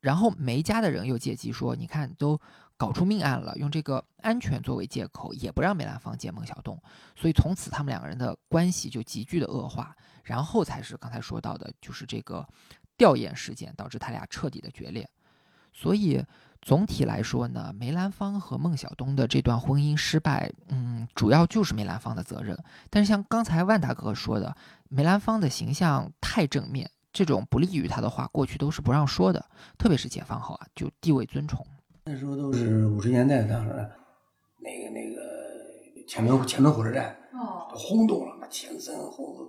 Speaker 4: 然后梅家的人又借机说，你看都搞出命案了，用这个安全作为借口，也不让梅兰芳见孟小冬，所以从此他们两个人的关系就急剧的恶化，然后才是刚才说到的，就是这个吊唁事件导致他俩彻底的决裂。所以总体来说呢，梅兰芳和孟小冬的这段婚姻失败，嗯，主要就是梅兰芳的责任。但是像刚才万大哥说的，梅兰芳的形象太正面，这种不利于他的话，过去都是不让说的，特别是解放后啊，就地位尊崇。
Speaker 5: 那时候都是五十年代，当时那个那个前门前门火车站
Speaker 2: 哦，
Speaker 5: 轰动了，那前身轰动，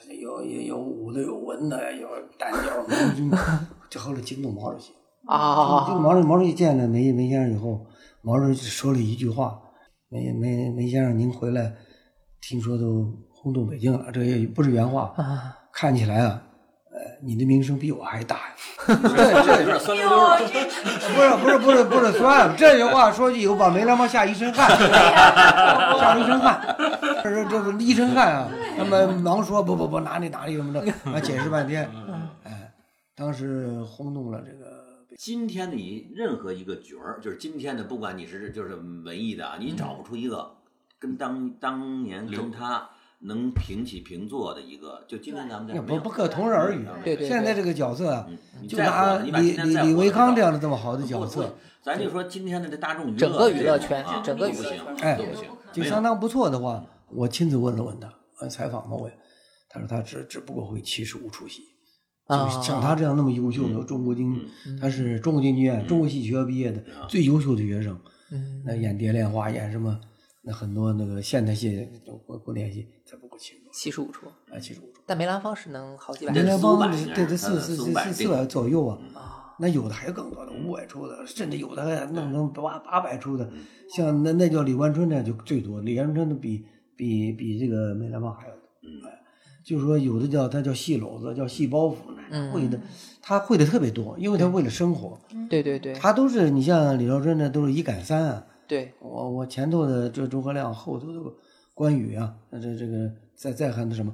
Speaker 5: 这个有有有武的，有文的，有单调的，这后来惊动毛主席。
Speaker 1: 啊哦
Speaker 5: 这个毛主毛主席见了梅梅先生以后，毛主席说了一句话：“梅梅梅先生，您回来，听说都轰动北京了。”这也不是原话，
Speaker 1: 啊，
Speaker 5: 看起来啊，呃，你的名声比我还大呀。
Speaker 6: 这有点酸溜溜
Speaker 2: 哎
Speaker 6: 的。
Speaker 5: 不是不是不是不是酸，这句话说句以后把梅兰芳吓一身汗，吓一身汗，这这不一身汗啊！他们忙说不不不哪里哪里什么的，啊解释半天，哎，当时轰动了这个
Speaker 6: 今天的你任何一个角儿，就是今天的，不管你是就是文艺的啊，你找不出一个跟当当年跟他能平起平坐的一个，就今天咱们这
Speaker 5: 也
Speaker 6: 儿没
Speaker 5: 不
Speaker 6: 有
Speaker 5: 不可同日而语。
Speaker 1: 对对
Speaker 5: 现在这个角色啊，
Speaker 6: 嗯你
Speaker 5: 就
Speaker 6: 再火
Speaker 5: 拿
Speaker 6: 了你把
Speaker 5: 李
Speaker 6: 今天
Speaker 5: 李
Speaker 6: 再
Speaker 5: 李
Speaker 6: 火
Speaker 5: 维
Speaker 6: 了
Speaker 5: 康这
Speaker 6: 找
Speaker 5: 样的这么好的角
Speaker 6: 不不
Speaker 5: 色，，
Speaker 6: 咱就说今天的这大众娱乐
Speaker 1: 整个娱
Speaker 6: 这
Speaker 1: 乐
Speaker 6: 种
Speaker 1: 圈
Speaker 6: 啊
Speaker 1: 整个娱
Speaker 6: 不
Speaker 1: 乐圈，
Speaker 6: 行
Speaker 5: 哎
Speaker 6: 都不行，
Speaker 5: 就
Speaker 6: 没有
Speaker 5: 相当不错的话，我亲自问了问他，呃采访了我，他说他只只不过会七十五出席，
Speaker 6: 啊
Speaker 5: 就是像他这样那么优秀的中国京，
Speaker 6: 嗯
Speaker 5: 他是中国京剧院、中国戏曲学校毕业的最优秀的学生，
Speaker 1: 嗯，
Speaker 5: 那演《蝶恋花》演什么，那很多那个现代戏、古古典戏，才不过七十
Speaker 1: 七十五处，
Speaker 5: 多，啊，七十五出。
Speaker 1: 但梅兰芳是能好几百
Speaker 5: 梅
Speaker 6: 这
Speaker 5: 兰
Speaker 1: 处。
Speaker 5: 芳
Speaker 6: 四五百应该
Speaker 5: 对对
Speaker 6: 是
Speaker 5: 四
Speaker 6: 四
Speaker 5: 四
Speaker 6: 五
Speaker 5: 四
Speaker 6: 百
Speaker 5: 四四百左右啊，
Speaker 1: 啊
Speaker 5: 那有的还更多的五百出的，甚至有的还弄成八八百出的，像那那叫李关春那就最多，李关春的比比比这个梅兰芳还要多。哎就是说有的叫他叫戏篓子，叫戏包袱，
Speaker 1: 嗯
Speaker 5: 会的他会的特别多，因为他为了生活，
Speaker 1: 对对对
Speaker 5: 他都是你像李兆春呢，都是一赶三啊。
Speaker 1: 对，
Speaker 5: 我我前头的这诸葛亮，后头的关羽啊，那这这个再再还那什么，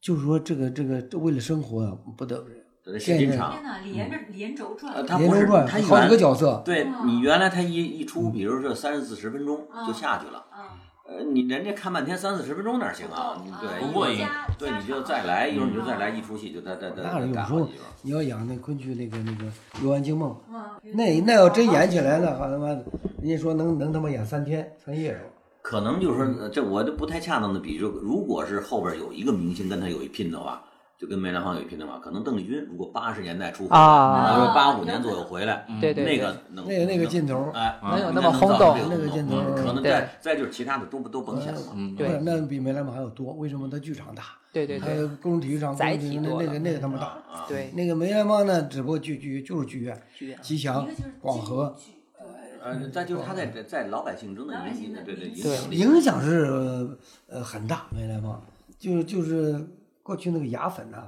Speaker 5: 就是说这个这个这为了生活啊，不得不
Speaker 6: 得使劲唱
Speaker 2: 天。哪，连着连轴
Speaker 6: 呃
Speaker 2: 转，
Speaker 6: 他
Speaker 5: 连
Speaker 6: 不
Speaker 5: 轴
Speaker 6: 是
Speaker 5: 转
Speaker 6: 他
Speaker 5: 好几个
Speaker 6: 原
Speaker 5: 角色，
Speaker 6: 对
Speaker 2: 哦
Speaker 6: 你原来他一一出，比如说三十四十分钟就下去了，
Speaker 2: 啊，
Speaker 6: 呃，你人家看半天三四十分钟哪行啊？你对，
Speaker 2: 不
Speaker 6: 一
Speaker 3: 哦过
Speaker 6: 会儿
Speaker 3: 瘾
Speaker 2: 加
Speaker 6: 对，
Speaker 2: 加
Speaker 6: 你就
Speaker 2: 长
Speaker 6: 再来一会儿，你就再来
Speaker 2: 嗯
Speaker 6: 一出戏，就再再再
Speaker 5: 那
Speaker 6: 再
Speaker 5: 有
Speaker 6: 干
Speaker 5: 时
Speaker 6: 好
Speaker 5: 候
Speaker 6: 几轮。
Speaker 5: 你要养那昆曲那个那个《幽暗惊梦》，
Speaker 2: 嗯
Speaker 5: 那那要真演起来了，好他妈的，人家说能能他妈演三天三夜是
Speaker 6: 可能就是说呃这我就不太恰当的比，就如果是后边有一个明星跟他有一拼的话，就跟梅兰芳有一拼的话，可能邓丽君如果八十年代初
Speaker 1: 啊
Speaker 6: 比如八五年左右回来，
Speaker 2: 嗯
Speaker 1: 对对
Speaker 6: 那
Speaker 1: 对
Speaker 6: 个能
Speaker 5: 那个那个
Speaker 6: 能
Speaker 1: 嗯
Speaker 5: 劲头
Speaker 6: 哎，
Speaker 1: 能有
Speaker 6: 应
Speaker 1: 那
Speaker 6: 该
Speaker 1: 么
Speaker 6: 能
Speaker 1: 轰
Speaker 6: 造成
Speaker 1: 动
Speaker 6: 这
Speaker 5: 那个劲头
Speaker 6: 嗯可能
Speaker 1: 对
Speaker 6: 再再就是其他的都不都甭想了。
Speaker 3: 嗯，
Speaker 1: 对
Speaker 5: 吧？那比梅兰芳还要多，为什么？他剧场大，
Speaker 1: 对对
Speaker 5: 他
Speaker 1: 对
Speaker 5: 公众体育场公
Speaker 1: 载
Speaker 5: 众
Speaker 1: 体
Speaker 5: 那
Speaker 1: 多
Speaker 5: 那个
Speaker 1: 了
Speaker 5: 那个他妈大。
Speaker 6: 啊，
Speaker 1: 对，
Speaker 5: 那个梅兰芳呢，只不过剧剧就是剧院，
Speaker 1: 剧院
Speaker 5: 吉
Speaker 2: 一
Speaker 5: 祥
Speaker 2: 个就是京
Speaker 5: 广和，
Speaker 2: 剧，
Speaker 6: 呃，再就是他在在老百姓中
Speaker 2: 嗯
Speaker 6: 的
Speaker 2: 老百
Speaker 6: 影
Speaker 2: 姓
Speaker 6: 响，
Speaker 2: 的
Speaker 6: 对对
Speaker 2: 影
Speaker 6: 影
Speaker 1: 响
Speaker 6: 响力，
Speaker 5: 影响是呃呃很大。梅兰芳就就是过去那个牙粉呐、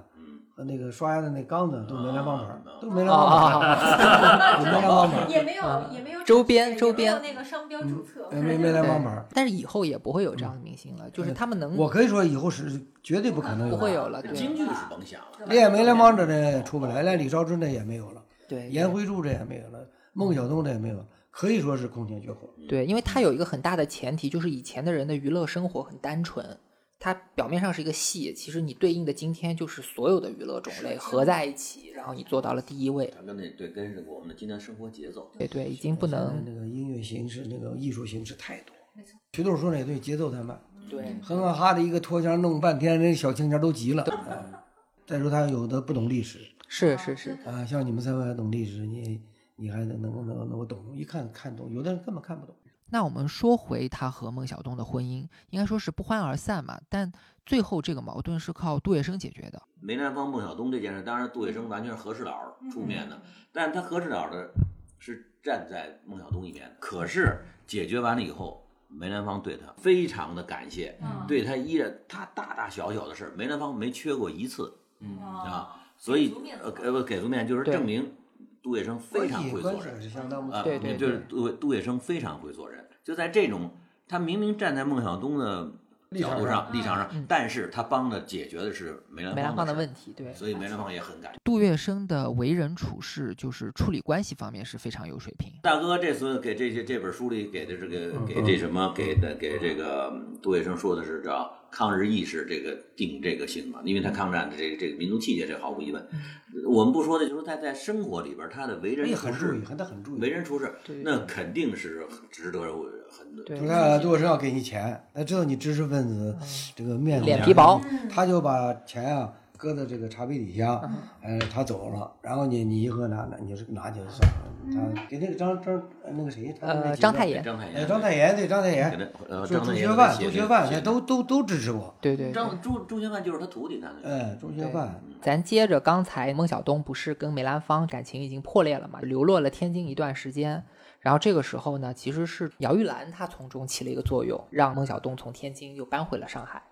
Speaker 5: 和那个刷牙的那缸子都梅兰芳牌儿，都梅兰芳牌儿，都梅兰芳牌儿，
Speaker 2: 也没有也没有
Speaker 1: 啊周边
Speaker 2: 也没有
Speaker 1: 周边
Speaker 2: 那个商标注 册，
Speaker 5: 梅梅兰芳牌儿。
Speaker 1: 但是以后也不会有这样的明星了，就是他们能
Speaker 5: 嗯我可以说以后是绝对不可能
Speaker 1: 不会
Speaker 5: 有
Speaker 1: 有了，对
Speaker 6: 京剧是甭想了。
Speaker 5: 连梅兰芳这呢出不来，连李少春这也没有了，
Speaker 1: 对
Speaker 5: 颜回柱这也没有了，孟小冬这也没有了，可以说是空前绝后。
Speaker 1: 对，因为它有一个很大的前提，就是以前的人的娱乐生活很单纯，它表面上是一个戏，其实你对应的今天就是所有的娱乐种类合在一起，然后你做到了第一位。
Speaker 6: 它跟那对跟是我们的今天生活节奏，
Speaker 1: 对对，已经不能
Speaker 5: 那个音乐形式、那个艺术形式太多。徐豆说的也对，节奏太慢，
Speaker 1: 对
Speaker 5: 哼啊哈的一个拖腔弄半天，人小青年都急了。哎再说他有的不懂历史
Speaker 1: 是是是，
Speaker 5: 啊，像你们三位还懂历史，你你还能能能能懂，一看看懂，有的人根本看不懂。
Speaker 4: 那我们说回他和孟小冬的婚姻，应该说是不欢而散嘛。但最后这个矛盾是靠杜月笙解决的。
Speaker 6: 梅兰芳、孟小冬这件事，当然杜月笙完全是和事佬
Speaker 2: 嗯
Speaker 6: 出面的，但是他和事佬的是站在孟小冬一边的。可是解决完了以后，梅兰芳对他非常的感谢，
Speaker 2: 嗯
Speaker 6: 对他依然他大大小小的事儿，梅兰芳没缺过一次啊，所以
Speaker 2: 给足嗯哦面子
Speaker 6: 呃给呃给足面子就是
Speaker 1: 对
Speaker 6: 证明杜月笙非常会
Speaker 5: 关
Speaker 6: 做
Speaker 5: 系
Speaker 6: 人
Speaker 5: 也是相当不
Speaker 6: 啊，
Speaker 1: 对对
Speaker 6: 就是杜杜月笙非常会做人，就在这种他明明站在孟小冬的。
Speaker 5: 立
Speaker 6: 角
Speaker 5: 场
Speaker 6: 度上，
Speaker 5: 上嗯
Speaker 6: 立场上，但是他帮的解决的是梅兰
Speaker 1: 梅兰芳的
Speaker 6: 事儿
Speaker 1: 问题，对，
Speaker 6: 所以梅兰芳也很感动。
Speaker 4: 杜月笙的为人处事，就是处理关系方面是非常有水平。
Speaker 6: 大哥这次给这这这本书里给的这个
Speaker 5: 嗯
Speaker 6: 给这什么给的给这个杜月笙说的是叫抗日意识这个定这个性嘛，因为他抗战的这个这个民族气节，这毫无疑问。我们不说的就是他在生活里边他的为人
Speaker 5: 也嗯
Speaker 6: 处
Speaker 5: 哎很注
Speaker 6: 事
Speaker 5: 意，，很他很注意。
Speaker 6: 为人处事
Speaker 1: 对，
Speaker 6: 那肯定是值得我很多。
Speaker 1: 对
Speaker 5: 你看，如果是要给你钱，他知道你知识分子这个面
Speaker 1: 嗯
Speaker 5: 子嗯
Speaker 1: 脸皮薄，
Speaker 2: 嗯
Speaker 5: 他就把钱啊搁在这个茶杯底下，
Speaker 1: 嗯
Speaker 5: 呃，他走了，然后你你一喝拿拿你是拿去算了，他给那个张张呃那个谁，他们
Speaker 1: 嗯
Speaker 5: 那
Speaker 1: 呃，
Speaker 5: 几
Speaker 1: 章
Speaker 5: 个
Speaker 1: 太，炎，
Speaker 6: 张太
Speaker 5: 哎，
Speaker 6: 炎，
Speaker 5: 张太炎对张太
Speaker 6: 给
Speaker 5: 炎，
Speaker 6: 他呃
Speaker 5: 就
Speaker 6: 张太
Speaker 5: 朱学
Speaker 6: 炎给他
Speaker 5: 范
Speaker 6: 写
Speaker 5: 朱
Speaker 6: 的
Speaker 5: 学范，
Speaker 6: 写
Speaker 5: 他
Speaker 6: 的
Speaker 5: 都都都支持我，
Speaker 1: 对对对。
Speaker 6: 张朱朱学范就是他徒弟，他那个
Speaker 5: 哎，朱学范，
Speaker 1: 咱接着刚才孟小冬不是跟梅兰芳感情已经破裂了嘛，流落了天津一段时间。然后这个时候呢，其实是姚玉兰她从中起了一个作用，让孟小冬从天津又搬回了上海。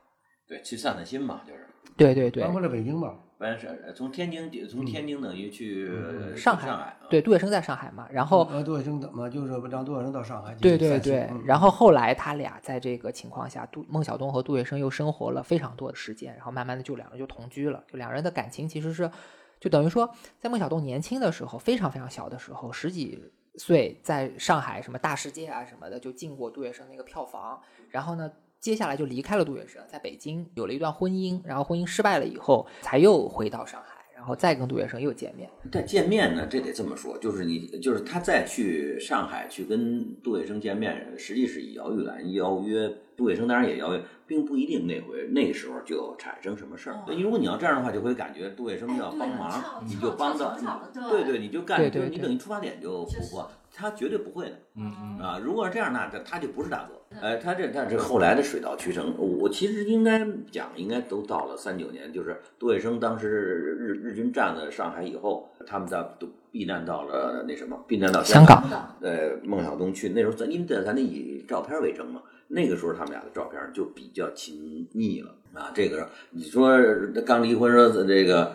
Speaker 6: 对去散散心嘛，就是。
Speaker 1: 对对对
Speaker 5: 搬，回了北京吧，
Speaker 6: 完事儿从天津从天津等于去
Speaker 5: 嗯
Speaker 6: 呃
Speaker 1: 上海
Speaker 6: 海，啊
Speaker 1: 对杜月笙在上海嘛，然后
Speaker 5: 呃，杜月笙怎么就是让杜月笙到上海去
Speaker 1: 对对
Speaker 5: 散心
Speaker 1: 对
Speaker 5: 嗯，
Speaker 1: 然后后来他俩在这个情况下，杜孟小冬和杜月笙又生活了非常多的时间，然后慢慢的就两人就同居了，就两人的感情其实是，就等于说在孟小冬年轻的时候，非常非常小的时候，十几岁在上海什么大世界啊什么的就进过杜月笙那个票房，然后呢。接下来就离开了杜月笙，在北京有了一段婚姻，然后婚姻失败了以后，才又回到上海，然后再跟杜月笙又见面。
Speaker 6: 但见面呢，这得这么说，就是你，就是他再去上海去跟杜月笙见面，实际是以姚玉兰邀约，杜月笙当然也邀约，并不一定那回那时候就产生什么事儿。
Speaker 2: 哦
Speaker 6: 如果你要这样的话，就会感觉杜月
Speaker 2: 哎
Speaker 6: 笙要
Speaker 2: 对
Speaker 6: 帮
Speaker 2: 了
Speaker 6: 忙，
Speaker 2: 撬
Speaker 6: 你
Speaker 2: 撬
Speaker 6: 就帮
Speaker 2: 撬
Speaker 6: 到
Speaker 2: 手撬的，
Speaker 6: 对
Speaker 2: 对
Speaker 6: 对，你就干，
Speaker 1: 对对
Speaker 6: 就是你
Speaker 1: 对
Speaker 6: 等于出发点
Speaker 2: 就
Speaker 6: 就不
Speaker 2: 是
Speaker 6: 错，他绝对不会的。
Speaker 3: 嗯
Speaker 6: 啊，如果是这样那他他就不是大哥，呃，他这但是后来的水到渠成，我其实应该讲，应该都到了三九年，就是杜月笙当时日日军占了上海以后，他们在都避难到了那什么，避难到港。
Speaker 1: 香
Speaker 6: 呃，孟小冬去那时候咱因为咱得以照片为证嘛，那个时候他们俩的照片就比较亲密了啊。这个你说刚离婚说这个。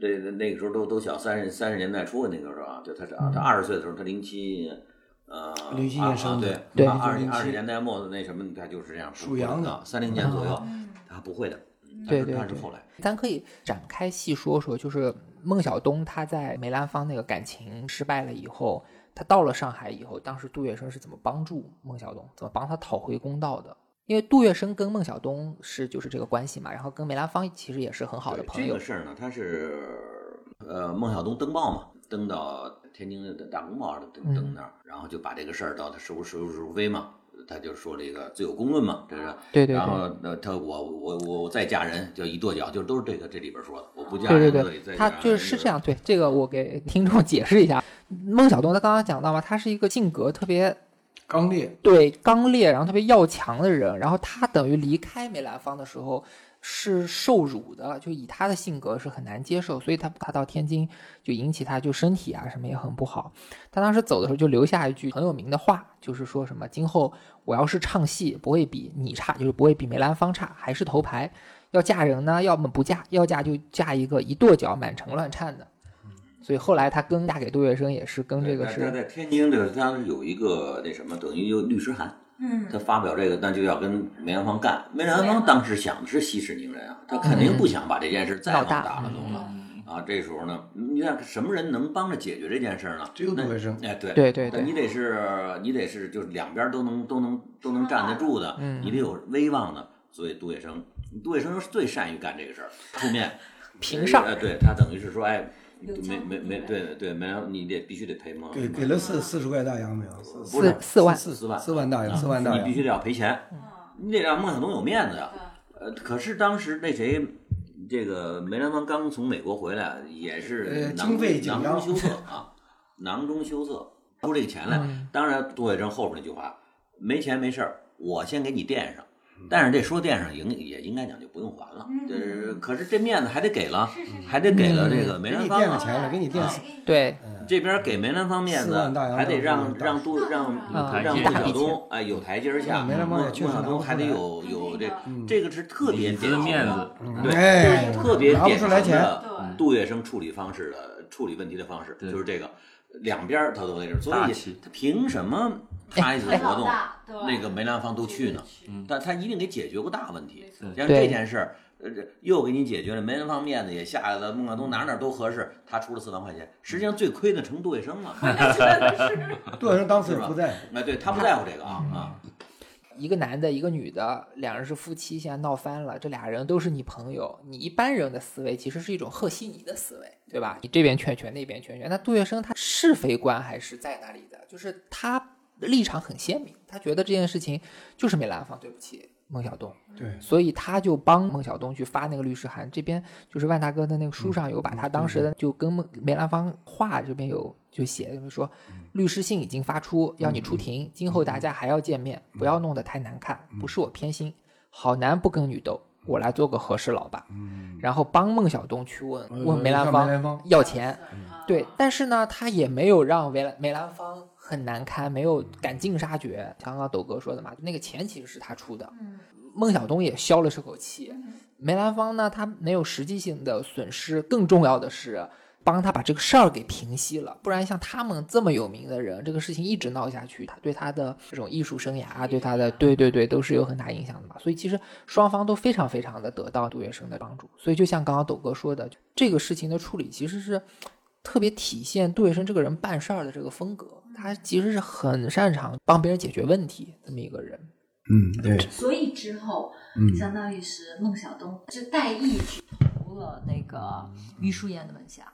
Speaker 6: 这那个时候都都小三十三十年代初的那个时候啊，就他是啊，他二十岁的时候，他零七，呃，
Speaker 5: 零七
Speaker 6: 啊
Speaker 5: 年生
Speaker 6: 啊
Speaker 5: 的
Speaker 1: 对
Speaker 6: 对啊二十
Speaker 5: 零七
Speaker 6: 二十年代末的那什么，他就是这样，
Speaker 5: 属羊的
Speaker 6: 三零年左右，
Speaker 2: 嗯
Speaker 6: 他不会的，嗯
Speaker 1: 对
Speaker 6: 他是
Speaker 1: 对
Speaker 6: 他是
Speaker 1: 对
Speaker 6: 后来，
Speaker 1: 咱可以展开细说说，就是孟小冬他在梅兰芳那个感情失败了以后，他到了上海以后，当时杜月笙是怎么帮助孟小冬，怎么帮他讨回公道的？因为杜月笙跟孟小冬是就是这个关系嘛，然后跟梅兰芳其实也是很好的
Speaker 6: 对
Speaker 1: 朋
Speaker 6: 这
Speaker 1: 友
Speaker 6: 个。事儿呢，他是呃孟小冬登报嘛，登到天津的大公报上
Speaker 1: 嗯
Speaker 6: 登登那儿，然后就把这个事儿到他收收收飞嘛，他就说这个罪有公论嘛，这是。
Speaker 1: 对对
Speaker 6: 然
Speaker 1: 对。
Speaker 6: 后呃，他我我我再嫁人就一跺脚，就都是这个这里边说的，我不嫁
Speaker 1: 对
Speaker 6: 人
Speaker 1: 对
Speaker 6: 就得
Speaker 1: 对，
Speaker 6: 再
Speaker 1: 他
Speaker 6: 嫁人
Speaker 1: 就是是这。样。对这个，我给听众解释一下，孟小冬他刚刚讲到嘛，他是一个性格特别
Speaker 5: 刚烈，
Speaker 1: 对刚烈，然后特别要强的人，然后他等于离开梅兰芳的时候是受辱的，就以他的性格是很难接受，所以他他到天津就引起他就身体啊什么也很不好。他当时走的时候就留下一句很有名的话，就是说什么今后我要是唱戏不会比你差，就是不会比梅兰芳差，还是头牌。要嫁人呢，要么不嫁，要嫁就嫁一个一跺脚满城乱颤的。所以后来他跟嫁给杜月笙也是跟这个
Speaker 6: 嗯对
Speaker 1: 是
Speaker 6: 他他在天津这个当时有一个那什么，等于有律师函，
Speaker 2: 嗯
Speaker 6: 他发表这个，那就要跟梅兰芳干。梅兰芳当时想的是息事宁人啊，他肯定不想把这件事再
Speaker 1: 闹
Speaker 6: 往
Speaker 1: 大嗯
Speaker 6: 大了弄了。
Speaker 3: 嗯
Speaker 6: 啊，这时候呢，你看什么人能帮着解决这件事儿呢？
Speaker 5: 只有杜月笙
Speaker 6: 那哎，对
Speaker 1: 对对对
Speaker 6: 你得是你得是就是两边都能都能都能站得住的，
Speaker 1: 嗯
Speaker 6: 你得有威望的。所以杜月笙，杜月笙是最善于干这个事儿，出面
Speaker 1: 平上
Speaker 6: 呃，对他等于是说，哎，
Speaker 2: 有
Speaker 6: 没
Speaker 2: 枪
Speaker 6: 没
Speaker 2: 有
Speaker 6: 没
Speaker 2: 人
Speaker 6: 对对，没有你得必须得赔蒙
Speaker 5: 给给了四四十块大洋没有？四
Speaker 6: 不是
Speaker 1: 四四万
Speaker 6: 四万
Speaker 5: 四万大洋，四万大
Speaker 6: 你必
Speaker 5: 洋。
Speaker 6: 须得要赔钱，
Speaker 2: 嗯
Speaker 6: 你得让孟小冬有面子呀。呃，可是当时那谁，这个梅兰芳刚从美国回来，也
Speaker 5: 呃
Speaker 6: 是
Speaker 5: 经费
Speaker 6: 囊
Speaker 5: 紧
Speaker 6: 囊
Speaker 5: 张
Speaker 6: 中羞涩啊，囊中羞涩，出这个钱
Speaker 5: 嗯
Speaker 6: 来。
Speaker 1: 嗯
Speaker 6: 当然，杜月笙后边那句话，没钱没事儿，我先给你垫上。但是这说垫上，应也应该讲就不用还了。
Speaker 1: 嗯
Speaker 6: 呃，可是这面子还得给了，还得给了这个
Speaker 5: 嗯
Speaker 6: 梅
Speaker 5: 给
Speaker 6: 兰
Speaker 5: 你
Speaker 6: 芳
Speaker 5: 垫了
Speaker 6: 啊。
Speaker 5: 钱了，给你垫了。
Speaker 1: 对，
Speaker 5: 呃
Speaker 6: 这边给梅兰芳面
Speaker 5: 四
Speaker 6: 子
Speaker 5: 万大，洋
Speaker 6: 还得让
Speaker 5: 大洋
Speaker 6: 让杜让
Speaker 1: 啊
Speaker 6: 让
Speaker 3: 有台阶
Speaker 6: 孟小冬哎有台阶儿下，
Speaker 5: 嗯梅
Speaker 6: 孟
Speaker 5: 兰芳也
Speaker 6: 孟
Speaker 5: 确实
Speaker 6: 小
Speaker 5: 拿不
Speaker 6: 冬
Speaker 5: 出
Speaker 6: 还得
Speaker 5: 来
Speaker 6: 有
Speaker 1: 嗯
Speaker 6: 有这
Speaker 5: 嗯
Speaker 6: 这个是特别
Speaker 3: 你
Speaker 6: 典
Speaker 3: 的
Speaker 6: 型
Speaker 3: 面
Speaker 6: 的
Speaker 3: 子，
Speaker 6: 对，嗯
Speaker 5: 哎，
Speaker 6: 特别
Speaker 5: 拿不
Speaker 6: 典
Speaker 5: 出
Speaker 6: 型
Speaker 5: 来钱，
Speaker 6: 的杜月笙处理方式的处理问题的方式
Speaker 3: 对
Speaker 6: 就是这个，两边儿他都那种，所
Speaker 3: 大
Speaker 6: 以
Speaker 3: 气
Speaker 6: 他凭什么他
Speaker 2: 哎
Speaker 6: 一次活动
Speaker 2: 对
Speaker 6: 那个梅兰芳都去呢？但他一定给解决过大问题。像
Speaker 1: 对
Speaker 6: 这件事儿，呃，这又给你解决了，梅兰芳面子也下来了，孟小冬哪哪都合适，他出了四万块钱，实际上最亏的成杜月笙了。
Speaker 5: 杜月笙当时也不在乎。
Speaker 6: 啊，对他不在乎这个啊
Speaker 3: 嗯
Speaker 6: 啊，
Speaker 1: 一个男的，一个女的，两人是夫妻，现在闹翻了，这俩人都是你朋友，你一般人的思维其实是一种赫西尼的思维，对吧？你这边劝劝，那边劝劝。那杜月笙他是非观还是在那里的，就是他立场很鲜明，他觉得这件事情就是梅兰芳对不起孟小冬，
Speaker 5: 对，
Speaker 1: 所以他就帮孟小冬去发那个律师函。这边就是万大哥的那个
Speaker 5: 嗯
Speaker 1: 书上有把他当时的就跟孟梅兰芳话这边有就写，就是说
Speaker 5: 嗯
Speaker 1: 律师信已经发出，要你出庭，今后大家还要见面，不要弄得太难看，
Speaker 5: 嗯
Speaker 1: 不是我偏心，好男不跟女斗。我来做个和事佬吧，然后帮孟小冬去问
Speaker 5: 嗯呃
Speaker 1: 问梅兰
Speaker 5: 向梅兰
Speaker 1: 芳
Speaker 5: 芳
Speaker 1: 要钱，对，但是呢，他也没有让梅兰梅兰芳很难堪，没有赶尽杀绝。像刚刚斗哥说的嘛，那个钱其实是他出的，
Speaker 2: 嗯
Speaker 1: 孟小冬也消了这口气。梅兰芳呢，他没有实际性的损失，更重要的是帮他把这个事儿给平息了。不然像他们这么有名的人，这个事情一直闹下去，他对他的这种艺术生涯啊，对他的对对对，都是有很大影响的嘛。所以其实双方都非常非常的得到杜月笙的帮助。所以就像刚刚斗哥说的，这个事情的处理其实是。特别体现杜月笙这个人办事儿的这个风格，他其实是很擅长帮别人解决问题这么一个人。
Speaker 5: 嗯，对，
Speaker 2: 所以之后
Speaker 5: 嗯
Speaker 2: 相当于是孟小冬是带义去投了那个于淑妍的门下，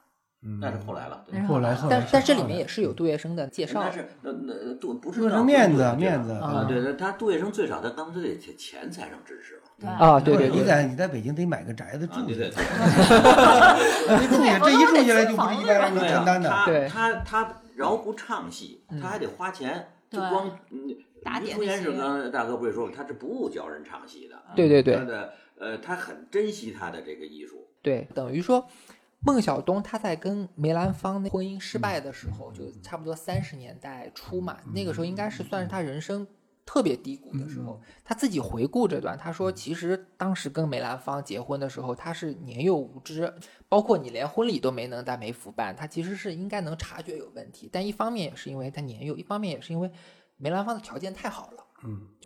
Speaker 6: 那是后来了。对
Speaker 2: 然
Speaker 5: 嗯后来后来
Speaker 1: 但但这里面也是有杜月笙的介绍
Speaker 6: 但，是嗯那那杜不是
Speaker 5: 杜月
Speaker 6: 闹
Speaker 5: 笙面
Speaker 6: 对
Speaker 5: 子
Speaker 6: 吧
Speaker 5: 面子
Speaker 6: 啊，
Speaker 1: 嗯
Speaker 6: 对对，他杜月笙最少他当时得钱钱财上支持吧。
Speaker 2: 对
Speaker 1: 啊对对
Speaker 5: 你
Speaker 1: 对
Speaker 5: 在你在北京得买个宅子
Speaker 6: 啊，
Speaker 5: 住
Speaker 6: 对
Speaker 5: 去，
Speaker 6: 对对。
Speaker 5: 你住下这一住下来就不是一般人能
Speaker 6: 对啊
Speaker 5: 承担的。
Speaker 6: 他
Speaker 1: 对
Speaker 6: 他他饶不唱戏，他还得花钱，就
Speaker 2: 对
Speaker 6: 光嗯，
Speaker 2: 打
Speaker 6: 于
Speaker 2: 点
Speaker 6: 淑
Speaker 2: 那
Speaker 6: 妍是
Speaker 2: 些
Speaker 6: 刚才大哥不是说了，他是不教人唱戏的，
Speaker 1: 对对对
Speaker 6: 他的呃，他很珍惜他的这个艺术，
Speaker 1: 对，等于说孟小冬他在跟梅兰芳那婚姻失败的时候，就差不多三十年代初嘛，那个时候应该是算是他人生特别低谷的时候。他自己回顾这段，他说其实当时跟梅兰芳结婚的时候，他是年幼无知，包括你连婚礼都没能在梅府办，他其实是应该能察觉有问题，但一方面也是因为他年幼，一方面也是因为梅兰芳的条件太好了。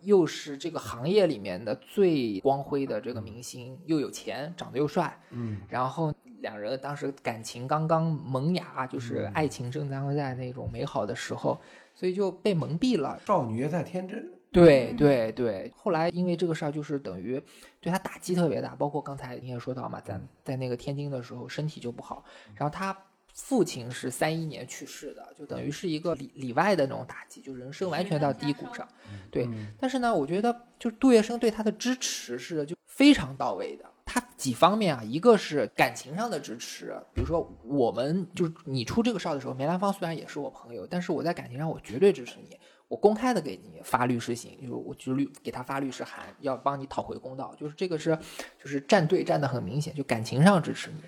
Speaker 1: 又是这个行业里面的最光辉的这个明星，又有钱，长得又帅，嗯，然后两人当时感情刚刚萌芽，就是爱情正当在那种美好的时候，所以就被蒙蔽了。
Speaker 5: 少女太天真，
Speaker 1: 对对对，后来因为这个事儿，就是等于对他打击特别大，包括刚才你也说到嘛，在在那个天津的时候身体就不好，然后他。父亲是三一年去世的，就等于是一个里里外的那种打击，就人生完全到低谷上。对，
Speaker 5: 嗯
Speaker 1: 但是呢，我觉得就是杜月笙对他的支持是就非常到位的。他几方面啊，一个是感情上的支持，比如说我们就是你出这个事儿的时候，梅兰芳虽然也是我朋友，但是我在感情上我绝对支持你，我公开的给你发律师信，就是我就律给他发律师函，要帮你讨回公道，就是这个是就是站队站得很明显，就感情上支持你。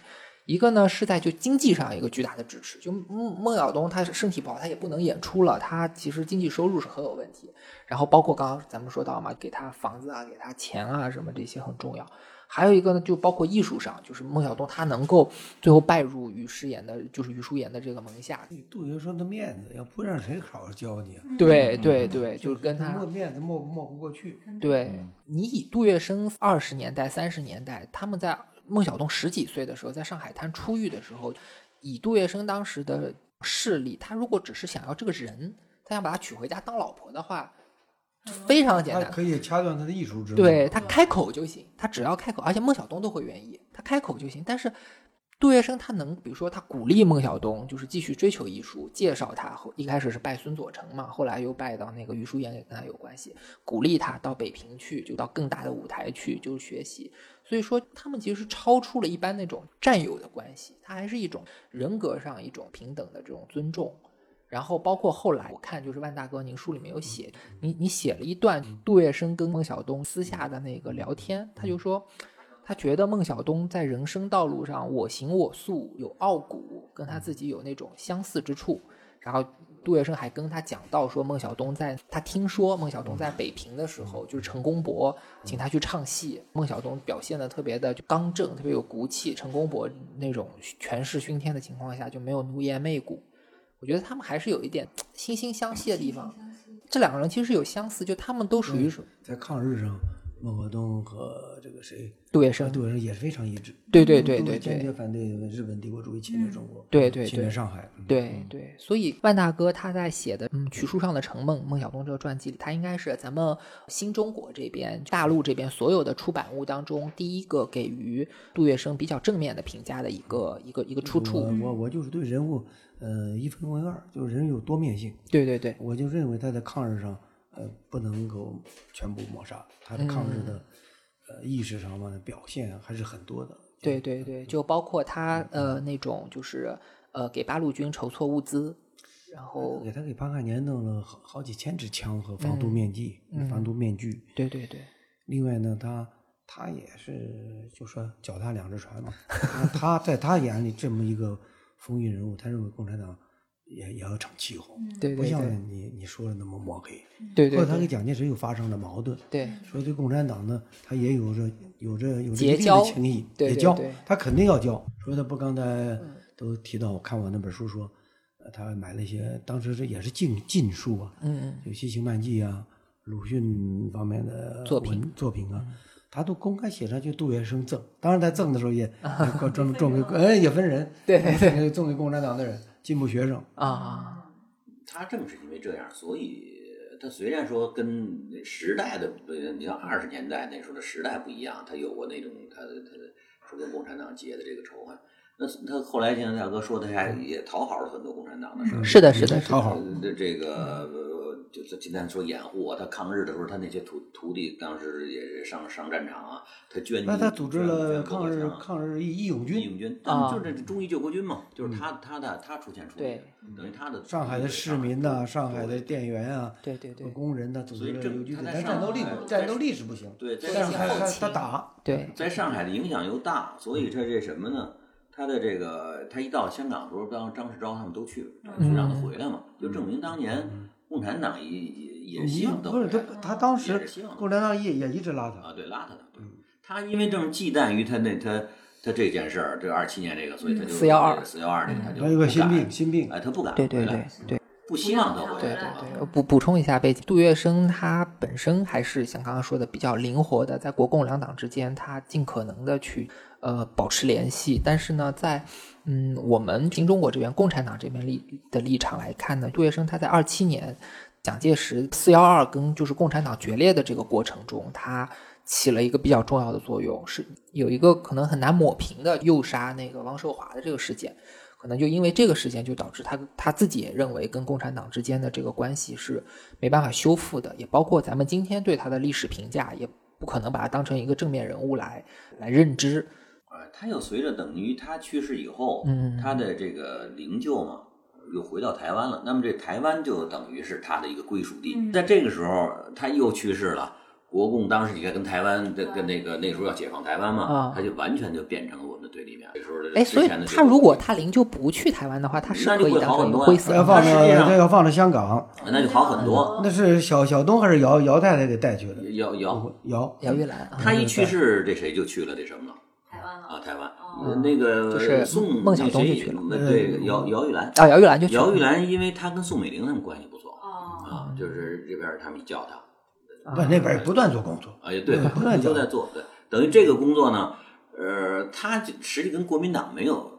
Speaker 1: 一个呢是在就经济上一个巨大的支持，就孟孟小冬他身体不好，他也不能演出了，他其实经济收入是很有问题。然后包括刚刚咱们说到嘛，给他房子啊，给他钱啊，什么这些很重要。还有一个呢，就包括艺术上，就是孟小冬他能够最后拜入于诗妍的，就是于淑妍的这个门下。
Speaker 5: 杜月笙的面子，要不让谁好好教你
Speaker 2: 嗯
Speaker 5: 啊？
Speaker 1: 对对对，就是跟他
Speaker 5: 抹面子抹抹不过去。
Speaker 1: 对你以杜月笙二十年代、三十年代，他们在孟小冬十几岁的时候，在上海滩出狱的时候，以杜月笙当时的势力，他如果只是想要这个人，他想把她娶回家当老婆的话，就非常简
Speaker 5: 他
Speaker 1: 单，
Speaker 5: 可以掐断他的艺术之路。
Speaker 1: 对他开口就行，他只要开口，而且孟小冬都会愿意，他开口就行。但是杜月笙他能，比如说他鼓励孟小冬就是继续追求艺术，介绍他，一开始是拜孙佐成嘛，后来又拜到那个余淑妍，也跟他有关系，鼓励他到北平去，就到更大的舞台去，就是学习。所以说，他们其实是超出了一般那种战友的关系，它还是一种人格上一种平等的这种尊重。然后包括后来，我看就是万大哥，您书里面有写，你你写了一段杜月笙跟孟小冬私下的那个聊天，他就说，他觉得孟小冬在人生道路上我行我素，有傲骨，跟他自己有那种相似之处。然后杜月笙还跟他讲到说，孟小冬在他听说孟小冬在北平的时候，就是陈公博请他去唱戏，孟小冬表现的特别的刚正，特别有骨气。陈公博那种权势熏天的情况下，就没有奴颜媚骨。我觉得他们还是有一点惺惺相惜的地方。这两个人其实是有相似，就他们都属于
Speaker 5: 在抗日上，孟鹤冬和这个谁，
Speaker 1: 杜月
Speaker 5: 呃
Speaker 1: 笙，
Speaker 5: 杜月笙也是非常一致，
Speaker 1: 对对对
Speaker 5: 都是
Speaker 1: 对
Speaker 5: 坚
Speaker 1: 对
Speaker 5: 决反对日本帝国主义侵略中国，
Speaker 1: 对对
Speaker 5: 侵略
Speaker 1: 对。
Speaker 5: 上海，嗯
Speaker 1: 对对，所以万大哥他在写的《嗯曲树上的城梦》孟小冬这个传记里，他应该是咱们新中国这边、大陆这边所有的出版物当中第一个给予杜月笙比较正面的评价的一个一个一个出处。
Speaker 5: 我我我就是对人物，呃，一分为二，就是人有多面性。
Speaker 1: 对对对，
Speaker 5: 我就认为他在抗日上，呃，不能够全部抹杀他的抗日的，
Speaker 1: 嗯
Speaker 5: 呃，意识上面的表现还是很多的。
Speaker 1: 对对对，就包括他呃那种就是呃给八路军筹措物资，然后
Speaker 5: 呃给他给八汉年弄了好好几千支枪和防毒面具、
Speaker 1: 嗯
Speaker 5: 防毒面具。
Speaker 1: 对对对，
Speaker 5: 另外呢，他他也是就说脚踏两只 船嘛。那他在他眼里这么一个风云人物，他认为共产党也也要逞气候，
Speaker 1: 嗯
Speaker 2: 嗯
Speaker 1: 对
Speaker 5: 不
Speaker 1: 对
Speaker 5: 像
Speaker 1: 对
Speaker 5: 你你说的那么抹黑。
Speaker 1: 对
Speaker 5: 或者他
Speaker 1: 对
Speaker 5: 跟蒋介石又发生了矛盾，
Speaker 1: 对
Speaker 2: 嗯
Speaker 5: 所以对共产党呢，他也有着有着有着
Speaker 1: 结
Speaker 5: 一定
Speaker 1: 交
Speaker 5: 的情谊，
Speaker 1: 对
Speaker 5: 也
Speaker 1: 对
Speaker 5: 交
Speaker 1: 对，嗯
Speaker 5: 他肯定要交。所以他不刚才都提到，我看我那本书说，呃他买了一些，当时这也是禁禁书啊，
Speaker 1: 嗯
Speaker 5: 有《西行漫记》啊，鲁迅方面的
Speaker 1: 作品嗯
Speaker 5: 文作品啊，他都公开写上去杜月笙赠。当然，他赠的时 候也也专门赠给，哎，也分人，
Speaker 1: 对对
Speaker 5: 对，赠给共产党的人、进步学生。
Speaker 1: 啊，
Speaker 6: 他正是因为这样，所以他虽然说跟时代的，呃你像二十年代那时候的时代不一样，他有过那种他的他的说跟共产党结的这个仇恨。那他后来像大哥说的，他也讨好了很多共产党的事儿。
Speaker 1: 嗯是的，是的，是
Speaker 5: 讨
Speaker 1: 的，
Speaker 5: 好，
Speaker 6: 呃，这个呃就是今天说掩护啊，他抗日的时候，他那些徒徒弟当时也是上上战场啊，他捐
Speaker 5: 那他组织
Speaker 6: 捐
Speaker 5: 了
Speaker 6: 捐
Speaker 5: 抗
Speaker 6: 国
Speaker 5: 日
Speaker 6: 家啊
Speaker 5: 抗日义义勇军
Speaker 6: 义。勇军，
Speaker 1: 啊
Speaker 6: 就是这忠义救国军嘛，就是他他的他出钱出力
Speaker 1: 对
Speaker 6: 的，等于他的
Speaker 5: 上海的市民呐、上海的
Speaker 6: 对
Speaker 5: 店员啊，
Speaker 1: 对对对
Speaker 5: 工人呐、组
Speaker 6: 所以
Speaker 5: 织
Speaker 6: 这
Speaker 5: 了游击队，
Speaker 6: 他在
Speaker 5: 但
Speaker 6: 上
Speaker 5: 战斗力
Speaker 6: 海
Speaker 5: 不战斗力是不行，
Speaker 6: 对，在
Speaker 5: 但
Speaker 6: 上
Speaker 5: 是他
Speaker 6: 海
Speaker 5: 他他打，
Speaker 1: 对
Speaker 6: 在上海的影响又大，所以他这什么呢？他的这个，他一到香港的时候，当张世钊他们都去，
Speaker 1: 嗯
Speaker 6: 就让他回来嘛，就证明当年共产党也也也希望他
Speaker 5: 嗯不
Speaker 6: 回
Speaker 5: 是
Speaker 6: 来
Speaker 5: 他他当时
Speaker 6: 也是希望
Speaker 5: 共产嗯党也也一直拉
Speaker 6: 啊，
Speaker 5: 他，
Speaker 6: 对，拉他的，对，他因为正忌惮于他那他他这件事儿，这二七年这个，所以他就
Speaker 5: 嗯
Speaker 1: 412
Speaker 6: 四幺二这个他就
Speaker 5: 他有个
Speaker 6: 不
Speaker 5: 心
Speaker 6: 敢
Speaker 5: 病，心病，
Speaker 6: 哎，他不敢
Speaker 1: 对对
Speaker 6: 回
Speaker 1: 对
Speaker 6: 来，
Speaker 1: 对。
Speaker 6: 不希望他回
Speaker 1: 对
Speaker 6: 来
Speaker 1: 对
Speaker 2: 对
Speaker 6: 啊
Speaker 1: 对，我补补充一下背景，杜月笙他本身还是像刚刚说的比较灵活的，在国共两党之间，他尽可能的去呃保持联系。但是呢，在嗯我们新中国这边共产党这边立的立场来看呢，杜月笙他在二七年蒋介石四幺二跟就是共产党决裂的这个过程中，他。起了一个比较重要的作用，是有一个可能很难抹平的诱杀那个汪寿华的这个事件，可能就因为这个事件，就导致他他自己也认为跟共产党之间的这个关系是没办法修复的，也包括咱们今天对他的历史评价，也不可能把他当成一个正面人物来来认知。
Speaker 6: 呃，他又随着等于他去世以后，
Speaker 1: 嗯
Speaker 6: 他的这个灵柩嘛，又回到台湾了。那么这台湾就等于是他的一个归属地。
Speaker 2: 嗯
Speaker 6: 在这个时候，他又去世了。国共当时你看跟台湾
Speaker 1: 嗯
Speaker 6: 的跟那个那时候要解放台湾嘛，
Speaker 1: 啊
Speaker 6: 他就完全就变成了我们的对立面。这时候的
Speaker 1: 哎，所以
Speaker 6: 之前的这
Speaker 1: 他
Speaker 6: 个
Speaker 1: 如果他灵柩不去台湾的话，他是
Speaker 6: 那就
Speaker 1: 可以
Speaker 6: 会
Speaker 1: 当
Speaker 6: 好
Speaker 1: 成
Speaker 6: 很
Speaker 1: 一个
Speaker 6: 多
Speaker 1: 灰
Speaker 6: 呀
Speaker 1: 色
Speaker 5: 要
Speaker 1: 的。
Speaker 5: 放
Speaker 6: 他实
Speaker 5: 到
Speaker 6: 际上
Speaker 5: 要放到香港，
Speaker 6: 那就好很多。
Speaker 5: 那是小小东还是姚姚太太给带去的，
Speaker 1: 嗯
Speaker 6: 姚姚
Speaker 5: 姚
Speaker 1: 姚玉兰啊，
Speaker 6: 他一去世，这谁就去了这什么了
Speaker 2: 台湾
Speaker 6: 啊？
Speaker 2: 了，
Speaker 6: 台湾
Speaker 2: 哦
Speaker 6: 那个
Speaker 1: 嗯就是
Speaker 6: 宋
Speaker 1: 孟小
Speaker 6: 那
Speaker 1: 冬
Speaker 6: 谁
Speaker 1: 就去了
Speaker 6: 对姚姚玉兰
Speaker 1: 啊，姚玉兰就去了
Speaker 6: 姚玉兰，因为她跟宋美龄他们关系不错
Speaker 2: 哦，
Speaker 6: 啊，就是这边儿他们一叫她，
Speaker 5: 不那边不断做工作，
Speaker 6: 哎，对，
Speaker 5: 嗯
Speaker 6: 他
Speaker 5: 不断
Speaker 6: 们都
Speaker 5: 讲
Speaker 6: 在做，对，等于这个工作呢，呃，他就实际跟国民党没有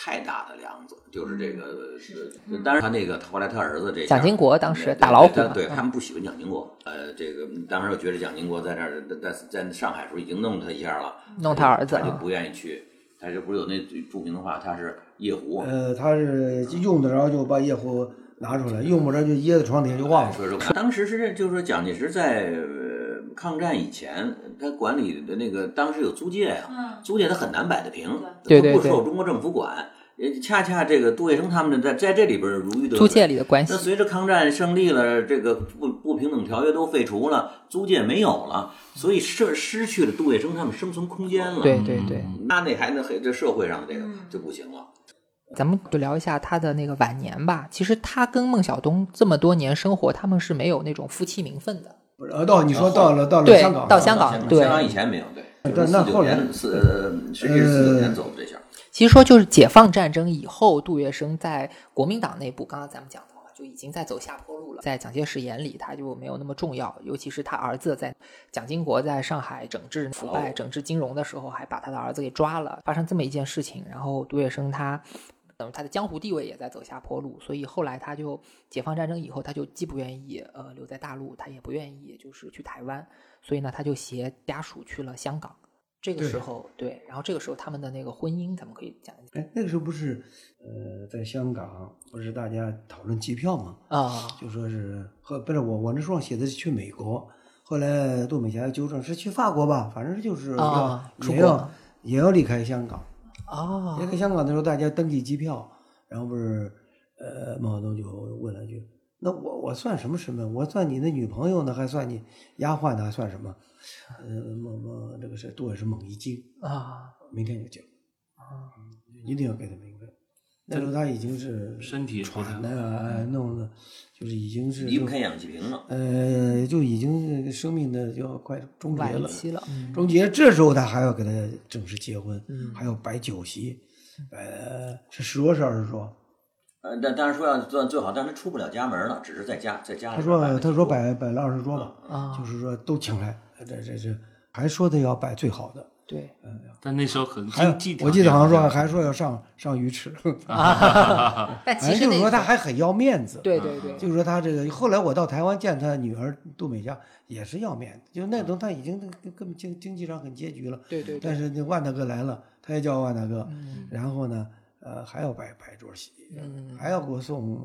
Speaker 6: 太大的梁子，就是这个，呃当然他那个后来他儿子这
Speaker 1: 蒋
Speaker 6: 下
Speaker 1: 经国当
Speaker 6: 嗯
Speaker 1: 时
Speaker 6: 对
Speaker 1: 打老虎
Speaker 6: 对
Speaker 1: 嘛
Speaker 6: 他对
Speaker 1: 嗯
Speaker 6: 他们不喜欢蒋经国，呃，这个当时我觉得蒋经国在这儿在在在上海时候已经弄他一下了，
Speaker 1: 弄他儿子
Speaker 6: 他就
Speaker 1: 啊
Speaker 6: 不愿意去。他这不是有那最著名的话，他是夜壶，
Speaker 5: 呃，他是用得着就把夜壶拿出来，用不着就掖在床底下就忘了。
Speaker 6: 说是 当时是就是说蒋介石在、呃抗战以前，他管理的那个当时有租界呀、
Speaker 2: 嗯，
Speaker 6: 租界它很难摆得平，
Speaker 1: 对
Speaker 6: 它
Speaker 1: 对
Speaker 6: 不
Speaker 1: 对
Speaker 6: 受中国政府管。也恰恰这个杜月笙他们在在这里边如鱼得水。
Speaker 1: 租界里的关
Speaker 6: 那
Speaker 1: 系，
Speaker 6: 随着抗战胜利了，这个不不平等条约都废除了，租界没有了，所以失失去了杜月笙他们生存空间了。
Speaker 1: 对对
Speaker 3: 嗯
Speaker 1: 对。
Speaker 6: 那那还能黑这社会上这个就不行了。
Speaker 1: 咱们就聊一下他的那个晚年吧。其实他跟孟小冬这么多年生活，他们是没有那种夫妻名分的。
Speaker 5: 呃，到你说到了到了
Speaker 1: 对
Speaker 5: 香港，
Speaker 1: 到香港对
Speaker 6: 香港以前没有，对。
Speaker 5: 但那
Speaker 6: 四
Speaker 5: 后
Speaker 6: 九
Speaker 5: 来
Speaker 6: 年四呃，实际是四九年走的这下，
Speaker 1: 其实说就是解放战争以后，杜月笙在国民党内部，刚刚咱们讲到了，就已经在走下坡路了。在蒋介石眼里，他就没有那么重要，尤其是他儿子在蒋经国在上海整治腐败、整治金融的时候，还把他的儿子给抓了，发生这么一件事情，然后杜月笙他。等于他的江湖地位也在走下坡路，所以后来他就解放战争以后，他就既不愿意呃留在大陆，他也不愿意就是去台湾，所以呢，他就携家属去了香港。这个
Speaker 5: 对
Speaker 1: 时候，哦对，然后这个时候他们的那个婚姻，咱们可以讲一讲。
Speaker 5: 哎，那个时候不是呃，在香港不是大家讨论机票吗？
Speaker 1: 啊，
Speaker 5: 就说是后不是我我那时候写的是去美国，后来杜美霞又纠正是去法国吧，反正就是要、
Speaker 1: 啊出
Speaker 5: 也
Speaker 1: 国
Speaker 5: 要也要离开香港。
Speaker 1: 哦
Speaker 5: 离，开香港的时候，大家登记机票，然后不是呃，孟小冬就问了一句：“那我我算什么身份？我算你的女朋友呢，还算你丫鬟呢，还算什么？”呃，孟孟这个是杜也是猛一惊，
Speaker 1: 啊，
Speaker 5: 明天就结婚，一定要给他明白。那时候他已经是
Speaker 3: 身体也不太好
Speaker 5: 喘的啊，弄的，就是已经是
Speaker 6: 离不
Speaker 5: 就
Speaker 6: 开氧气瓶了。
Speaker 5: 呃，就已经呃生命的要快终结
Speaker 1: 晚
Speaker 5: 了。
Speaker 1: 期了，嗯
Speaker 5: 终结这时候他还要给他正式结婚，
Speaker 1: 嗯
Speaker 5: 还要摆酒席，呃，是十桌是二十桌？
Speaker 6: 呃，但但是说要做最好，但是出不了家门了，只是在家在家
Speaker 5: 他
Speaker 6: 里边
Speaker 5: 说
Speaker 6: 着
Speaker 5: 他说
Speaker 6: 桌
Speaker 5: 摆摆了二十桌吧，
Speaker 1: 啊，
Speaker 5: 就是说都请来，这这这还说的要摆最好的，
Speaker 1: 对，
Speaker 3: 但那时候可能
Speaker 5: 还有
Speaker 3: 经济条
Speaker 5: 我记得
Speaker 3: 件
Speaker 5: 好像说
Speaker 3: 不太
Speaker 5: 还说要上上 鱼翅，
Speaker 3: 啊
Speaker 1: 但
Speaker 5: 反
Speaker 1: 其
Speaker 5: 正
Speaker 1: 实
Speaker 5: 就是
Speaker 1: 那
Speaker 5: 说
Speaker 1: 个
Speaker 5: 他还很要面子。
Speaker 1: 对对对，
Speaker 5: 就是说他这个，后来我到台湾见他女儿杜美佳，也是要面子，就那时候他已经根根本经经济上很拮据了，
Speaker 1: 对嗯对
Speaker 5: 但
Speaker 1: 对，
Speaker 5: 是那万大哥来了，他也叫万大哥，
Speaker 1: 嗯
Speaker 5: 然后呢，呃，还要摆摆桌席，
Speaker 1: 嗯
Speaker 5: 还要给我送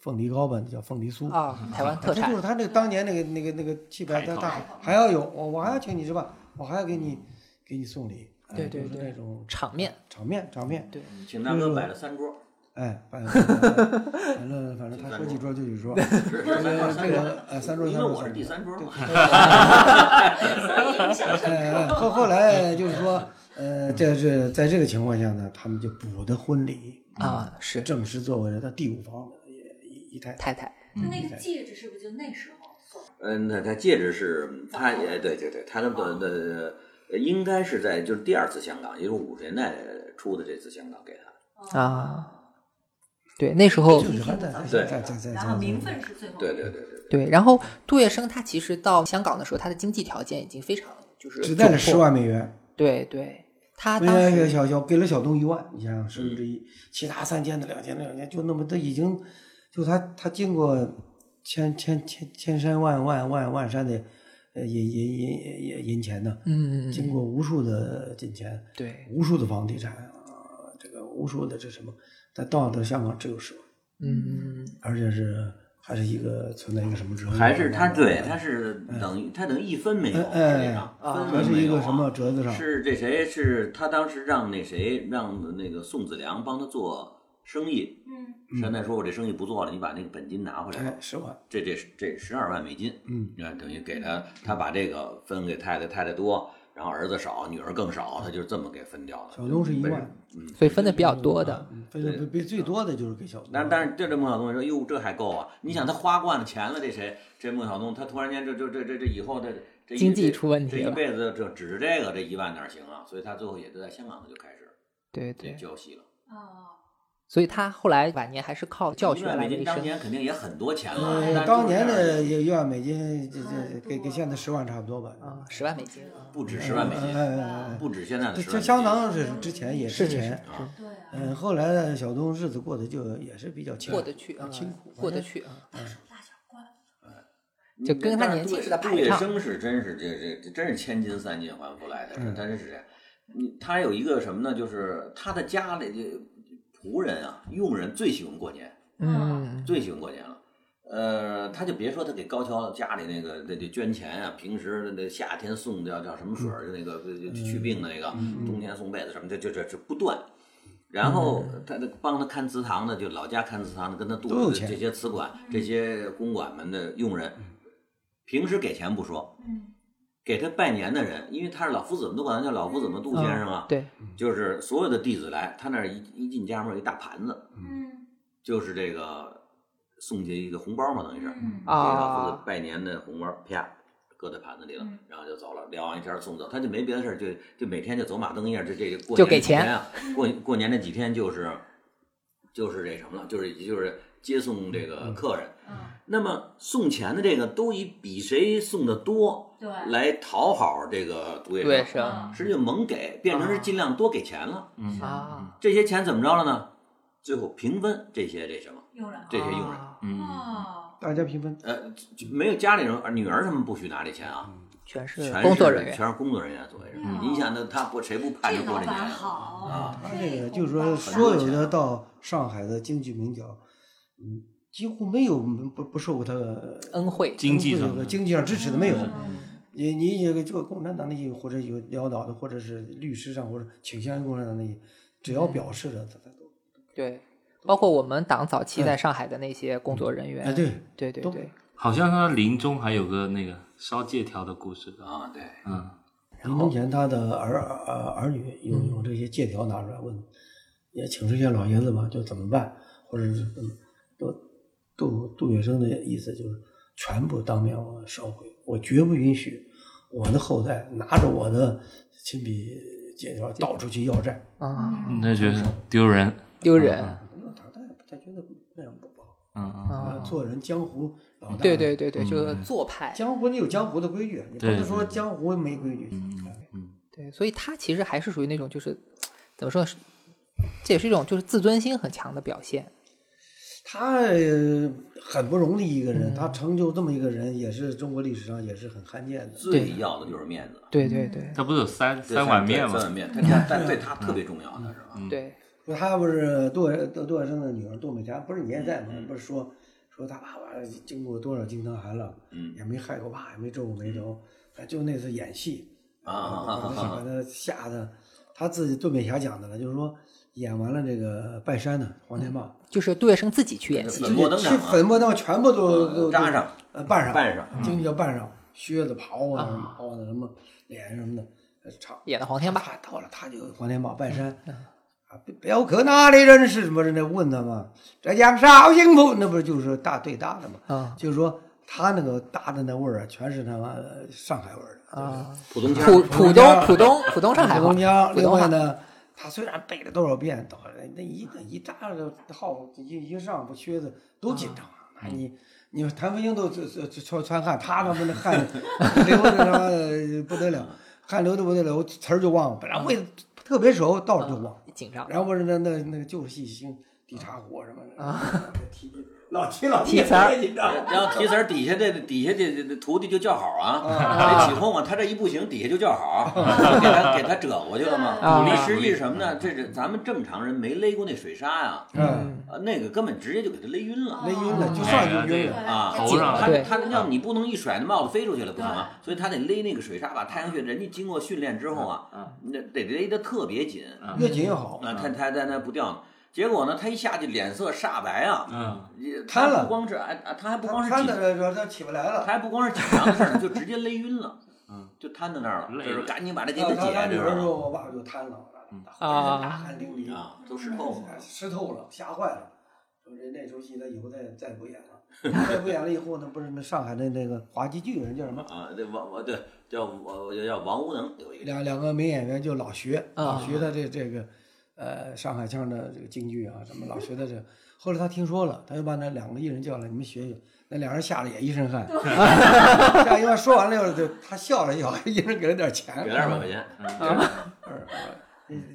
Speaker 5: 凤梨糕吧，那叫凤梨酥。
Speaker 1: 啊，台湾特
Speaker 5: 嗯这就
Speaker 1: 产
Speaker 5: 是他那个当年那个那个那个气派，他
Speaker 3: 海淘
Speaker 5: 他还要有，我我还要请你吃饭，我还要给你给你送礼，哎
Speaker 1: 嗯对对
Speaker 5: 就是
Speaker 1: 对
Speaker 5: 那种
Speaker 1: 场面，
Speaker 5: 场面场面，
Speaker 1: 对，
Speaker 6: 请大哥摆了三桌，
Speaker 5: 哎，反正反正反正他说几桌就几桌，
Speaker 6: 是
Speaker 5: 这
Speaker 6: 是
Speaker 5: 个
Speaker 6: 三桌三
Speaker 5: 这
Speaker 6: 桌。
Speaker 5: 个呃三桌
Speaker 6: 因
Speaker 5: 三
Speaker 6: 为
Speaker 5: 桌，
Speaker 6: 我是第三桌
Speaker 5: 对
Speaker 6: 嘛，
Speaker 5: 哎，后后来就是说，呃，这是在这个情况下呢，他们就补的婚礼，
Speaker 1: 啊，是
Speaker 5: 正式作为了他第五方也一一太
Speaker 1: 太太，
Speaker 2: 那那个戒指是不是就那时候做的？
Speaker 6: 嗯，那他戒指是他也对对对，他的的的呃应该是在就是第二次香港，也就是五十年代出的这次香港给他，
Speaker 2: 嗯
Speaker 1: 啊，对，那时候
Speaker 5: 就是还在在
Speaker 6: 对
Speaker 5: 在在在，
Speaker 2: 然后名分是最后
Speaker 6: 对对对对，
Speaker 1: 对，然后杜月笙他其实到香港的时候，他的经济条件已经非常就是
Speaker 5: 只带
Speaker 1: 窘
Speaker 5: 了
Speaker 1: 迫
Speaker 5: 十，万美元，
Speaker 1: 对对，他
Speaker 5: 为
Speaker 1: 当
Speaker 5: 了给
Speaker 1: 时
Speaker 5: 小小给了小东一万，你想想十分之一，其他三千的两千的两千，就那么他已经，就他他经过千千千千山万万万万山的，呃银银银银银钱呢，
Speaker 1: 嗯，
Speaker 5: 经过无数的金钱，
Speaker 1: 对，
Speaker 5: 无数的房地产啊，这个无数的这什么，他到了香港只有十万，
Speaker 1: 嗯，
Speaker 5: 而且是还是一个存在一个什么折扣，
Speaker 6: 还是他对他是
Speaker 5: 嗯
Speaker 6: 等于他等于一分没有，
Speaker 5: 哎哎
Speaker 6: 实际上
Speaker 1: 啊
Speaker 6: 分
Speaker 5: 还
Speaker 6: 文
Speaker 5: 是
Speaker 6: 没
Speaker 5: 一
Speaker 6: 有
Speaker 5: 个
Speaker 6: 嗯啊
Speaker 5: 什么折子上，
Speaker 6: 是这谁是他当时让那谁让那个宋子良帮他做生意，
Speaker 2: 嗯，
Speaker 6: 山奈说我这生意不做了，你把那个本金拿回来
Speaker 5: 哎
Speaker 6: 吧，
Speaker 5: 十万，
Speaker 6: 这这这十二万美金，
Speaker 5: 嗯，
Speaker 6: 你看等于给他他把这个分给太太，太太多。然后儿子少，女儿更少，他就这么给分掉了。
Speaker 5: 小东是一
Speaker 6: 本
Speaker 5: 万，
Speaker 6: 嗯，
Speaker 1: 所以分的比较多的，
Speaker 5: 嗯，非常最最多的就是给小东，
Speaker 6: 但但是这这孟小冬说，哟，这还够啊！你想他花惯了钱了，这谁？这孟小冬他突然间这这这这这以后这这一
Speaker 1: 经济出问题
Speaker 6: 这一
Speaker 1: 了
Speaker 6: 辈子这指着这个这一万哪儿行啊？所以他最后也就在香港就开始
Speaker 1: 对
Speaker 6: 这
Speaker 1: 对，
Speaker 6: 交息了。
Speaker 2: 哦，
Speaker 1: 所以他后来晚年还是靠教学
Speaker 6: 一万
Speaker 1: 来
Speaker 6: 美
Speaker 1: 维
Speaker 6: 金当
Speaker 1: 生。
Speaker 6: 年肯定也很多钱了，但
Speaker 5: 呃，
Speaker 6: 是
Speaker 5: 当年
Speaker 6: 就是这
Speaker 5: 的
Speaker 6: 样
Speaker 5: 一万美金，这这
Speaker 2: 哎
Speaker 5: 给给现在十万差不多吧。
Speaker 1: 啊，十万美金啊，
Speaker 6: 不止十万美
Speaker 5: 哎哎
Speaker 6: 金，
Speaker 5: 哎
Speaker 1: 嗯
Speaker 5: 哎
Speaker 6: 不止现在的
Speaker 5: 这
Speaker 6: 十
Speaker 5: 这
Speaker 6: 万美金，
Speaker 5: 相当是之前也之
Speaker 1: 是是是
Speaker 5: 前，
Speaker 6: 啊，
Speaker 2: 对啊，
Speaker 5: 嗯，后来呢，小东日子过得就也是比较清苦
Speaker 1: 过得去啊，
Speaker 5: 清苦
Speaker 1: 过得。去啊，
Speaker 2: 大手大脚关，
Speaker 1: 就跟他
Speaker 6: 嗯但
Speaker 1: 年轻
Speaker 6: 杜
Speaker 1: 时的
Speaker 6: 杜
Speaker 1: 排
Speaker 6: 月
Speaker 1: 场嗯
Speaker 6: 笙是真是这这这真是千金散尽还不来的，他真是这样。你他有一个什么呢？就是他的家里的仆人啊、佣人最喜欢过年，
Speaker 1: 嗯，
Speaker 6: 最喜欢过年了。呃，他就别说他给高桥家里那个得得捐钱啊，平时那夏天送叫叫什么水
Speaker 5: 嗯
Speaker 6: 儿，就那个就就去病的那个，冬天送被子什么的，这这这不断。然后他的帮他看祠堂的，就老家看祠堂的，跟他
Speaker 5: 嗯都有
Speaker 6: 雇
Speaker 5: 钱嗯
Speaker 6: 这些祠管、这些公馆们的佣人，平时给钱不说，
Speaker 2: 嗯
Speaker 6: 给他拜年的人，因为他是老夫子，我们都管他叫老夫子嘛，杜先生
Speaker 5: 嗯
Speaker 6: 啊，
Speaker 1: 对，
Speaker 6: 就是所有的弟子来，他那儿一一进家门有一大盘子，
Speaker 2: 嗯
Speaker 6: 就是这个送去一个红包嘛，等于是
Speaker 2: 嗯
Speaker 1: 啊
Speaker 6: 给老夫子拜年的红包，啪搁在盘子里了
Speaker 2: 嗯，
Speaker 6: 然后就走了，聊完一天送走，他就没别的事儿，就就每天就走马灯一样，这这过
Speaker 1: 就
Speaker 6: 年
Speaker 1: 给
Speaker 6: 这几天啊，过过年那几天就是就是这什么了，就是就是接送这个客人。
Speaker 2: 嗯，
Speaker 6: 那么送钱的这个都以比谁送的多
Speaker 2: 对，
Speaker 6: 来讨好这个毒液
Speaker 1: 对
Speaker 6: 生，
Speaker 1: 是
Speaker 2: 嗯
Speaker 6: 实际上猛给，变成是尽量多给钱了。
Speaker 3: 嗯
Speaker 1: 啊，
Speaker 6: 这些钱怎么着了呢？最后平分这些这什么，
Speaker 2: 用了
Speaker 6: 这些佣人
Speaker 1: 啊
Speaker 3: 嗯，
Speaker 2: 哦，
Speaker 5: 大家平分。
Speaker 6: 呃，就没有家里人、女儿他们不许拿这钱啊，
Speaker 1: 全
Speaker 6: 全
Speaker 1: 是
Speaker 6: 是
Speaker 1: 工作人员，
Speaker 6: 全是工作人员所谓是
Speaker 2: 嗯。
Speaker 6: 你想，那他不谁不盼
Speaker 2: 这
Speaker 6: 着过
Speaker 2: 老
Speaker 6: 这年
Speaker 2: 板
Speaker 6: 啊？
Speaker 2: 好
Speaker 6: 啊
Speaker 5: 他
Speaker 2: 这
Speaker 5: 这个
Speaker 2: 红
Speaker 5: 就是说，
Speaker 2: 包
Speaker 5: 所有的到上海的京剧名角，嗯，几乎没有不不受过他
Speaker 1: 恩惠，
Speaker 3: 经济上
Speaker 5: 有个经济上支持的没有。
Speaker 2: 嗯
Speaker 5: 你你这个这个共产党的也或者有潦倒的，或者是律师上或者倾向于共产党的也，只要表示了，他他都
Speaker 1: 对，包括我们党早期在上海的那些工作人员，
Speaker 5: 哎对，
Speaker 1: 对对
Speaker 5: 都
Speaker 1: 对，
Speaker 3: 好像他临终还有个那个烧借条的故事啊，
Speaker 6: 啊，对，
Speaker 3: 嗯，
Speaker 5: 临终前他的儿儿儿女有有这些借条拿出来问，也请示一下老爷子嘛，就怎么办，或者是嗯，都杜杜月笙的意思就是全部当面我烧毁，我绝不允许我的后代拿着我的亲笔借条到处去要债。啊
Speaker 1: 啊，
Speaker 2: 嗯
Speaker 3: 那觉得丢人，
Speaker 1: 丢人，
Speaker 5: 那他他他觉得那样不好，
Speaker 3: 嗯嗯，
Speaker 1: 啊
Speaker 5: 啊，做人江湖老大，
Speaker 1: 对对对对，
Speaker 3: 嗯
Speaker 1: 就是做派，
Speaker 5: 江湖你有江湖的规矩，你不
Speaker 3: 对
Speaker 5: 能说
Speaker 3: 对对
Speaker 5: 江湖没规矩。
Speaker 3: 嗯
Speaker 5: 啊
Speaker 1: 对，所以他其实还是属于那种就是怎么说呢，是这也是一种就是自尊心很强的表现，
Speaker 5: 他呃很不容易一个
Speaker 6: 嗯
Speaker 5: 人，他成就这么一个人，也是中国历史上也是很罕见的。
Speaker 6: 最要的就是面子，
Speaker 1: 对对对
Speaker 3: 他不是有三三碗面
Speaker 6: 对三碗
Speaker 3: 吗？
Speaker 6: 面，他家但对他特别重要，那是吧？
Speaker 1: 对，
Speaker 5: 他不是杜月杜杜月笙的女儿杜美佳，不是你也在吗？
Speaker 6: 嗯
Speaker 5: 不是说说他爸爸经过多少金汤寒了，
Speaker 6: 嗯
Speaker 5: 也没害过爸，也没皱过眉头，他就那次演戏
Speaker 1: 嗯
Speaker 6: 啊啊
Speaker 5: 把
Speaker 6: 啊
Speaker 5: 他把
Speaker 6: 啊！
Speaker 5: 他吓得，他自己杜美霞讲的了，就是说演完了这个拜山呢，黄天霸
Speaker 1: 就是杜月笙自己去演戏
Speaker 6: 粉，墨登场
Speaker 5: 去
Speaker 6: 啊
Speaker 5: 粉墨灯全部都
Speaker 6: 呃
Speaker 5: 都
Speaker 6: 扎上，
Speaker 5: 呃，扮上，
Speaker 6: 扮上嗯
Speaker 5: 京剧叫扮上，靴子、袍啊、什么
Speaker 1: 啊
Speaker 5: 袍子什么脸什么的，呃唱
Speaker 1: 演的黄天霸，
Speaker 5: 他到了，他就黄天霸拜山
Speaker 1: 嗯
Speaker 5: 啊，表哥哪里人是什么人？那问他嘛，浙江绍兴府，那不是就是大对搭的嘛？
Speaker 1: 啊
Speaker 5: 就是说他那个搭的那味儿啊，全是他妈的上海味儿的
Speaker 1: 啊，
Speaker 6: 浦东腔，
Speaker 1: 浦浦东
Speaker 5: 江
Speaker 1: 浦东浦东上海
Speaker 5: 浦
Speaker 1: 话
Speaker 5: 东，腔。
Speaker 1: 普
Speaker 5: 另
Speaker 1: 通话
Speaker 5: 外呢，他虽然背了多少遍，到了那一那一扎号一一上不靴子都紧张啊。那你你们谭飞英都这这这穿穿汗，他他妈的汗流的他妈的不得了，汗流的不得了，我词儿就忘了。本来会特别熟，到了就忘。
Speaker 1: 紧张，
Speaker 5: 然后不是那那那个旧戏星地茶壶什么的啊， 提老提老
Speaker 1: 提词儿
Speaker 5: 你知道吗？
Speaker 6: 然后提词儿底下这底下这这徒弟就叫好啊，得起哄啊，他这一不行，底下就叫好， 就给他给他折过去了嘛。
Speaker 1: 啊
Speaker 6: 鼓励实际是什么呢？这是咱们正常人没勒过那水沙呀，
Speaker 5: 嗯，
Speaker 6: 啊，那个根本直接就给他勒晕了
Speaker 5: 勒晕了就
Speaker 2: 哦
Speaker 5: 上去就晕
Speaker 2: 对
Speaker 5: 了。
Speaker 6: 啊。
Speaker 3: 头上
Speaker 6: 他
Speaker 1: 对
Speaker 6: 他要你不能一甩，那帽子飞出去了不行啊，所以他得勒那个水沙，把太阳穴，人家经过训练之后啊，那得勒得特别紧，
Speaker 3: 嗯
Speaker 5: 越紧越好，
Speaker 6: 啊，他他他那不掉呢。结果呢，他一下去脸色煞白啊，
Speaker 3: 嗯，
Speaker 6: 也
Speaker 5: 瘫了
Speaker 6: 不光是哎，啊他还不光是
Speaker 5: 他
Speaker 6: 紧
Speaker 5: 的说他起不来了
Speaker 6: 他。还不光是紧张的事儿呢，就直接勒晕了，
Speaker 3: 嗯，
Speaker 6: 就瘫在那儿了，
Speaker 3: 累
Speaker 6: 就是
Speaker 3: 了
Speaker 6: 赶紧把这给
Speaker 5: 啊他
Speaker 6: 他
Speaker 5: 他他
Speaker 6: 解
Speaker 5: 女
Speaker 6: 这
Speaker 5: 儿说，
Speaker 6: 个
Speaker 5: 我爸爸就瘫了，
Speaker 1: 啊
Speaker 5: 大汗淋漓，
Speaker 6: 啊，都湿透了，
Speaker 5: 湿透了，吓坏了。说这那出戏他以后再再不演了， 再不演了以后呢，不是那上海的那个滑稽剧人叫什么？
Speaker 6: 啊，这王我对叫我叫王无能有一个
Speaker 5: 两两个名演员就老学，
Speaker 1: 啊
Speaker 5: 老学他这这个，呃，上海腔的这个京剧啊，什么老学的这。后来他听说了，他就把那两个艺人叫来，你们学学。那俩人吓得也一身汗，吓一完说完了以后， 就他笑了笑，一人给了点钱，
Speaker 6: 给了二百块钱，嗯
Speaker 5: 二百，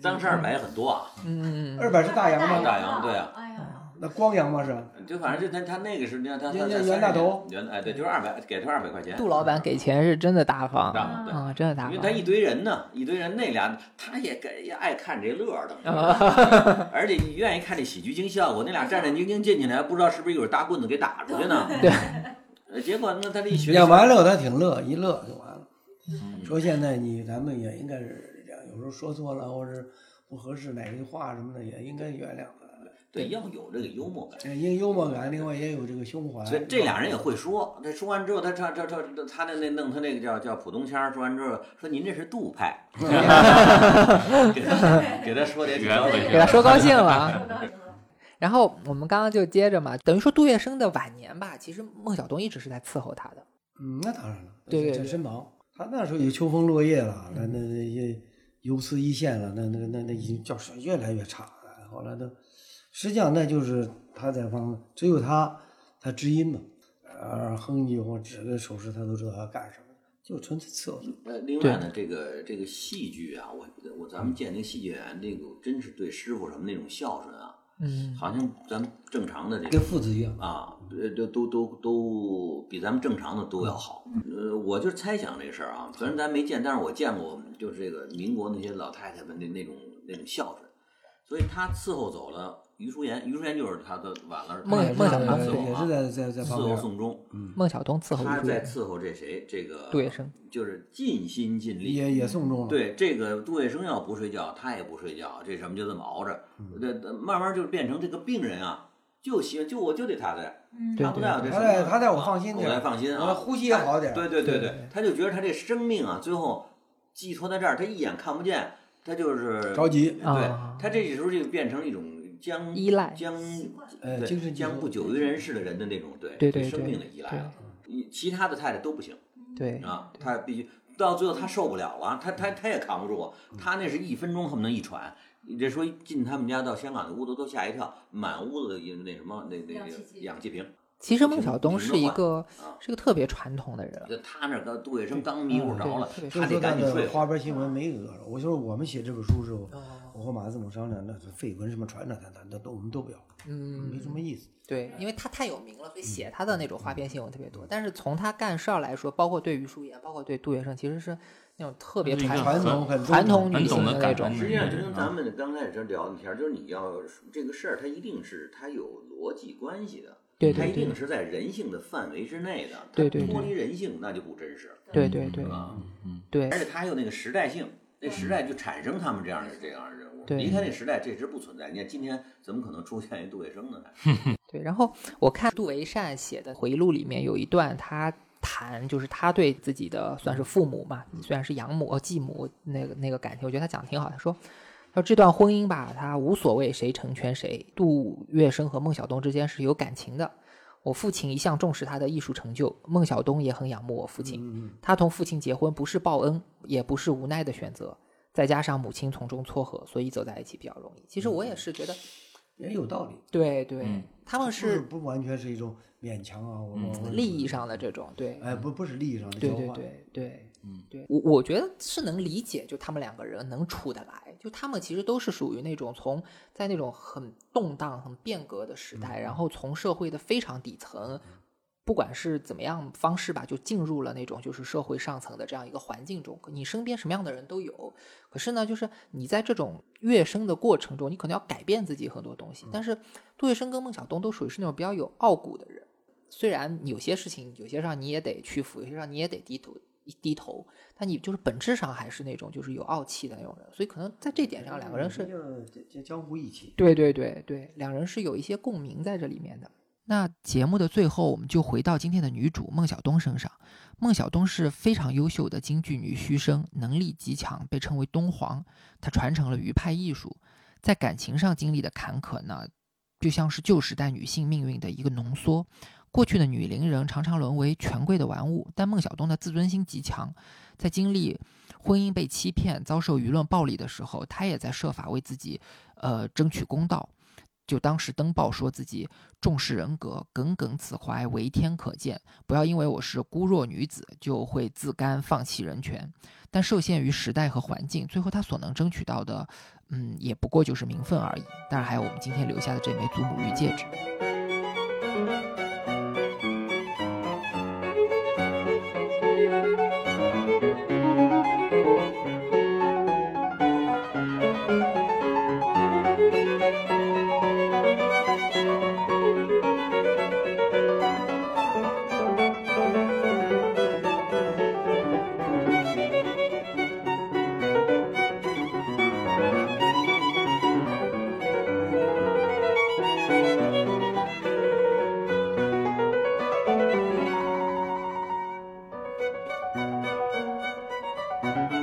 Speaker 6: 当时二百也很多啊，
Speaker 1: 嗯，
Speaker 5: 二百是大洋吗？
Speaker 6: 大洋对啊
Speaker 2: 哎呀，
Speaker 5: 那光阳嘛是吧？
Speaker 6: 就反正就他他那个时间，他他
Speaker 5: 袁
Speaker 6: 在
Speaker 5: 袁大头
Speaker 6: 30年袁哎对，就是二百给他二百块钱，
Speaker 1: 杜老板给钱是真的大方
Speaker 6: 大方对
Speaker 1: 啊，真的大
Speaker 6: 因为
Speaker 1: 方
Speaker 6: 他。一堆人呢，一堆人那俩他也给也爱看这乐儿的，
Speaker 1: 啊
Speaker 6: 而且你愿意看这喜剧惊效果，那俩战战兢兢进去了，还不知道是不是一会儿大棍子给打出去呢。
Speaker 1: 对
Speaker 6: 呃，结果那他这一学嗯
Speaker 5: 演完了他挺乐，一乐就完了。说现在你咱们也应该是这样，有时候说错了或者不合适哪句话什么的，也应该原谅他。
Speaker 6: 对要有这个幽默感。
Speaker 5: 呃因为幽默感，另外也有这个胸怀。
Speaker 6: 所以这俩人也会说，他说完之后，他他他他他那那弄他那个叫叫浦东腔儿，说完之后说您这是杜派，给他给他说点
Speaker 3: 圆回去
Speaker 1: 给他说高兴了啊。然后我们刚刚就接着嘛，等于说杜月笙的晚年吧，其实孟小冬一直是在伺候他的。
Speaker 5: 嗯，那当然了，
Speaker 1: 对对嗯
Speaker 5: 在
Speaker 1: 对
Speaker 5: 身旁，他那时候也秋风落叶了，那那那也游丝一线了，那那那那已经叫声越来越差了。后来都，实际上那就是他在帮，只有他，他知音嘛，呃，哼唧或者指个手势，他都知道要干什么，就纯粹伺候他。
Speaker 6: 呃，另外呢，这个这个戏剧啊，我我咱们见那个戏剧演员，那个真是对师傅什么那种孝顺啊，
Speaker 1: 嗯，
Speaker 6: 好像咱们正常的这
Speaker 5: 跟
Speaker 6: 个
Speaker 5: 父子一样，
Speaker 6: 啊，呃都都都都比咱们正常的都要好。
Speaker 1: 嗯
Speaker 6: 呃，我就猜想这事儿啊，虽然咱没见，但是我见过，就是这个民国那些老太太们那那种那种孝顺，所以他伺候走了于淑妍，于淑妍就是他的晚了，
Speaker 1: 孟
Speaker 6: 她
Speaker 1: 孟小
Speaker 6: 她
Speaker 1: 冬
Speaker 6: 伺
Speaker 5: 对
Speaker 6: 候
Speaker 5: 也
Speaker 6: 啊
Speaker 5: 哎是在嗯在在
Speaker 6: 伺
Speaker 5: 旁
Speaker 6: 候
Speaker 5: 边。
Speaker 6: 宋忠，
Speaker 1: 孟小冬伺候
Speaker 6: 他
Speaker 1: 于
Speaker 6: 在
Speaker 1: 是
Speaker 6: 伺候这谁？这个
Speaker 1: 杜月笙，
Speaker 6: 就是尽心尽力，
Speaker 5: 也也送终了，，
Speaker 6: 对，这个杜月笙要不睡觉，他也不睡觉，这什么就这么熬着，
Speaker 1: 嗯
Speaker 6: 这、这慢慢就变成这个病人啊，就喜就我就得他在，
Speaker 1: 对
Speaker 6: 他不在我这
Speaker 5: 对
Speaker 6: 什么
Speaker 5: 他在他在我放心点
Speaker 6: 我才放心
Speaker 5: 我
Speaker 6: 啊，
Speaker 5: 呼吸也好点
Speaker 6: 对对对
Speaker 1: 对
Speaker 6: 对，他就觉得他这生命啊，最后寄托在这儿，他一眼看不见，他就是
Speaker 5: 着，急，
Speaker 6: 对
Speaker 1: 啊，
Speaker 6: 他这时候就变成一种将
Speaker 1: 依赖
Speaker 6: 将
Speaker 5: 呃，
Speaker 6: 对
Speaker 5: 精神疾
Speaker 6: 将不
Speaker 5: 病
Speaker 6: 久于人世的人的那种对
Speaker 1: 对对对
Speaker 6: 生命的依赖了，你其他的太太都不行。
Speaker 1: 对
Speaker 5: 嗯
Speaker 6: 啊，他必须到最后他受不了了，他他他也扛不住，他那是一分钟恨不得一喘。你这说进他们家到香港的屋子都吓一跳，满屋子那什么那那
Speaker 2: 氧
Speaker 6: 个
Speaker 2: 气机
Speaker 6: 氧气瓶。
Speaker 1: 其实孟小冬是一个
Speaker 6: 啊
Speaker 1: 是一个特别传统的人，
Speaker 6: 就他那个杜月笙刚迷糊着了
Speaker 1: 对对，
Speaker 5: 所以
Speaker 6: 他
Speaker 5: 说那
Speaker 6: 得赶紧
Speaker 5: 个
Speaker 6: 睡。
Speaker 5: 花边新闻没讹着。我就说我们写这本书之后，
Speaker 1: 哦
Speaker 5: 我和马字母商量，那绯闻什么传传，咱咱咱都我们都不要，没
Speaker 1: 嗯，
Speaker 5: 什么意思。
Speaker 1: 对，因为他太有名了，所以写他的那种花边新闻特别多。但是从他干事儿来说，包括对于淑妍，包括对杜月笙，其实是那种特别
Speaker 3: 是一个
Speaker 1: 传
Speaker 5: 传
Speaker 1: 统
Speaker 5: 统很
Speaker 1: 传统
Speaker 3: 很
Speaker 1: 女性
Speaker 3: 懂
Speaker 1: 的
Speaker 3: 得
Speaker 1: 那
Speaker 3: 感
Speaker 1: 种
Speaker 3: 恩。
Speaker 6: 实际上就
Speaker 3: 嗯
Speaker 6: 跟咱们刚开始这聊的天儿，就是你要这个事儿，它一定是它有逻辑关系的，
Speaker 1: 对
Speaker 6: 它
Speaker 1: 对
Speaker 6: 一
Speaker 1: 对
Speaker 6: 定是在人性的范围之内的。
Speaker 1: 对对
Speaker 6: 它脱
Speaker 1: 对
Speaker 6: 离人性那就不真实
Speaker 1: 对对对
Speaker 6: 啊。
Speaker 1: 对
Speaker 6: 而且他还有那个时代性，那时代就产生他们这样的这样的人物。
Speaker 1: 对
Speaker 6: 离开那时代，这是不存在。你看今天怎么可能出现一杜月笙呢？
Speaker 1: 对，然后我看杜维善写的回忆录里面有一段，他谈就是他对自己的算是父母嘛，虽然是养母、哦、继母那个那个感情，我觉得他讲的挺好。他说，他说这段婚姻吧，他无所谓谁成全谁，杜月笙和孟小冬之间是有感情的。我父亲一向重视他的艺术成就，孟小冬也很仰慕我父亲。
Speaker 5: 嗯
Speaker 6: 嗯
Speaker 1: 他同父亲结婚不是报恩，也不是无奈的选择，再加上母亲从中撮合，所以走在一起比较容易。其实我也是觉得，
Speaker 5: 也有道理，
Speaker 1: 对对，
Speaker 3: 嗯
Speaker 1: 他们
Speaker 5: 不
Speaker 1: 是
Speaker 5: 不完全是一种勉强啊，我
Speaker 3: 嗯
Speaker 5: 我
Speaker 1: 利益，上的这种，对，
Speaker 5: 哎，不不是利益上的
Speaker 1: 对
Speaker 5: 交
Speaker 1: 对
Speaker 5: 换，
Speaker 1: 对对，
Speaker 3: 嗯，
Speaker 1: 对我我觉得是能理解，就他们两个人能处得来，就他们其实都是属于那种从在那种很动荡、很变革的时代，然后从社会的非常底层。不管是怎么样方式吧，就进入了那种就是社会上层的这样一个环境中，你身边什么样的人都有。可是呢，就是你在这种跃升的过程中，你可能要改变自己很多东西。但是杜月笙跟孟小冬都属于是那种比较有傲骨的人，虽然有些事情，有些上你也得屈服，有些上你也得低头低头，但你就是本质上还是那种就是有傲气的那种人，所以可能在这点上两个人是
Speaker 5: 江江湖义气，
Speaker 1: 对对对对，两人是有一些共鸣在这里面的。
Speaker 4: 那节目的最后，我们就回到今天的女主孟小冬身上。孟小冬是非常优秀的京剧女须生，能力极强，被称为东皇。她传承了余派艺术，在感情上经历的坎坷呢，就像是旧时代女性命运的一个浓缩。过去的女伶人常常沦为权贵的玩物，但孟小冬的自尊心极强，在经历婚姻被欺骗、遭受舆论暴力的时候，她也在设法为自己，呃，争取公道。
Speaker 1: 就当时登报说自己重视人格，耿耿此怀，为天可见。不要因为我是孤弱女子，就会自甘放弃人权。但受限于时代和环境，最后他所能争取到的，嗯，也不过就是名分而已。当然还有我们今天留下的这枚祖母绿戒指。
Speaker 7: 嗯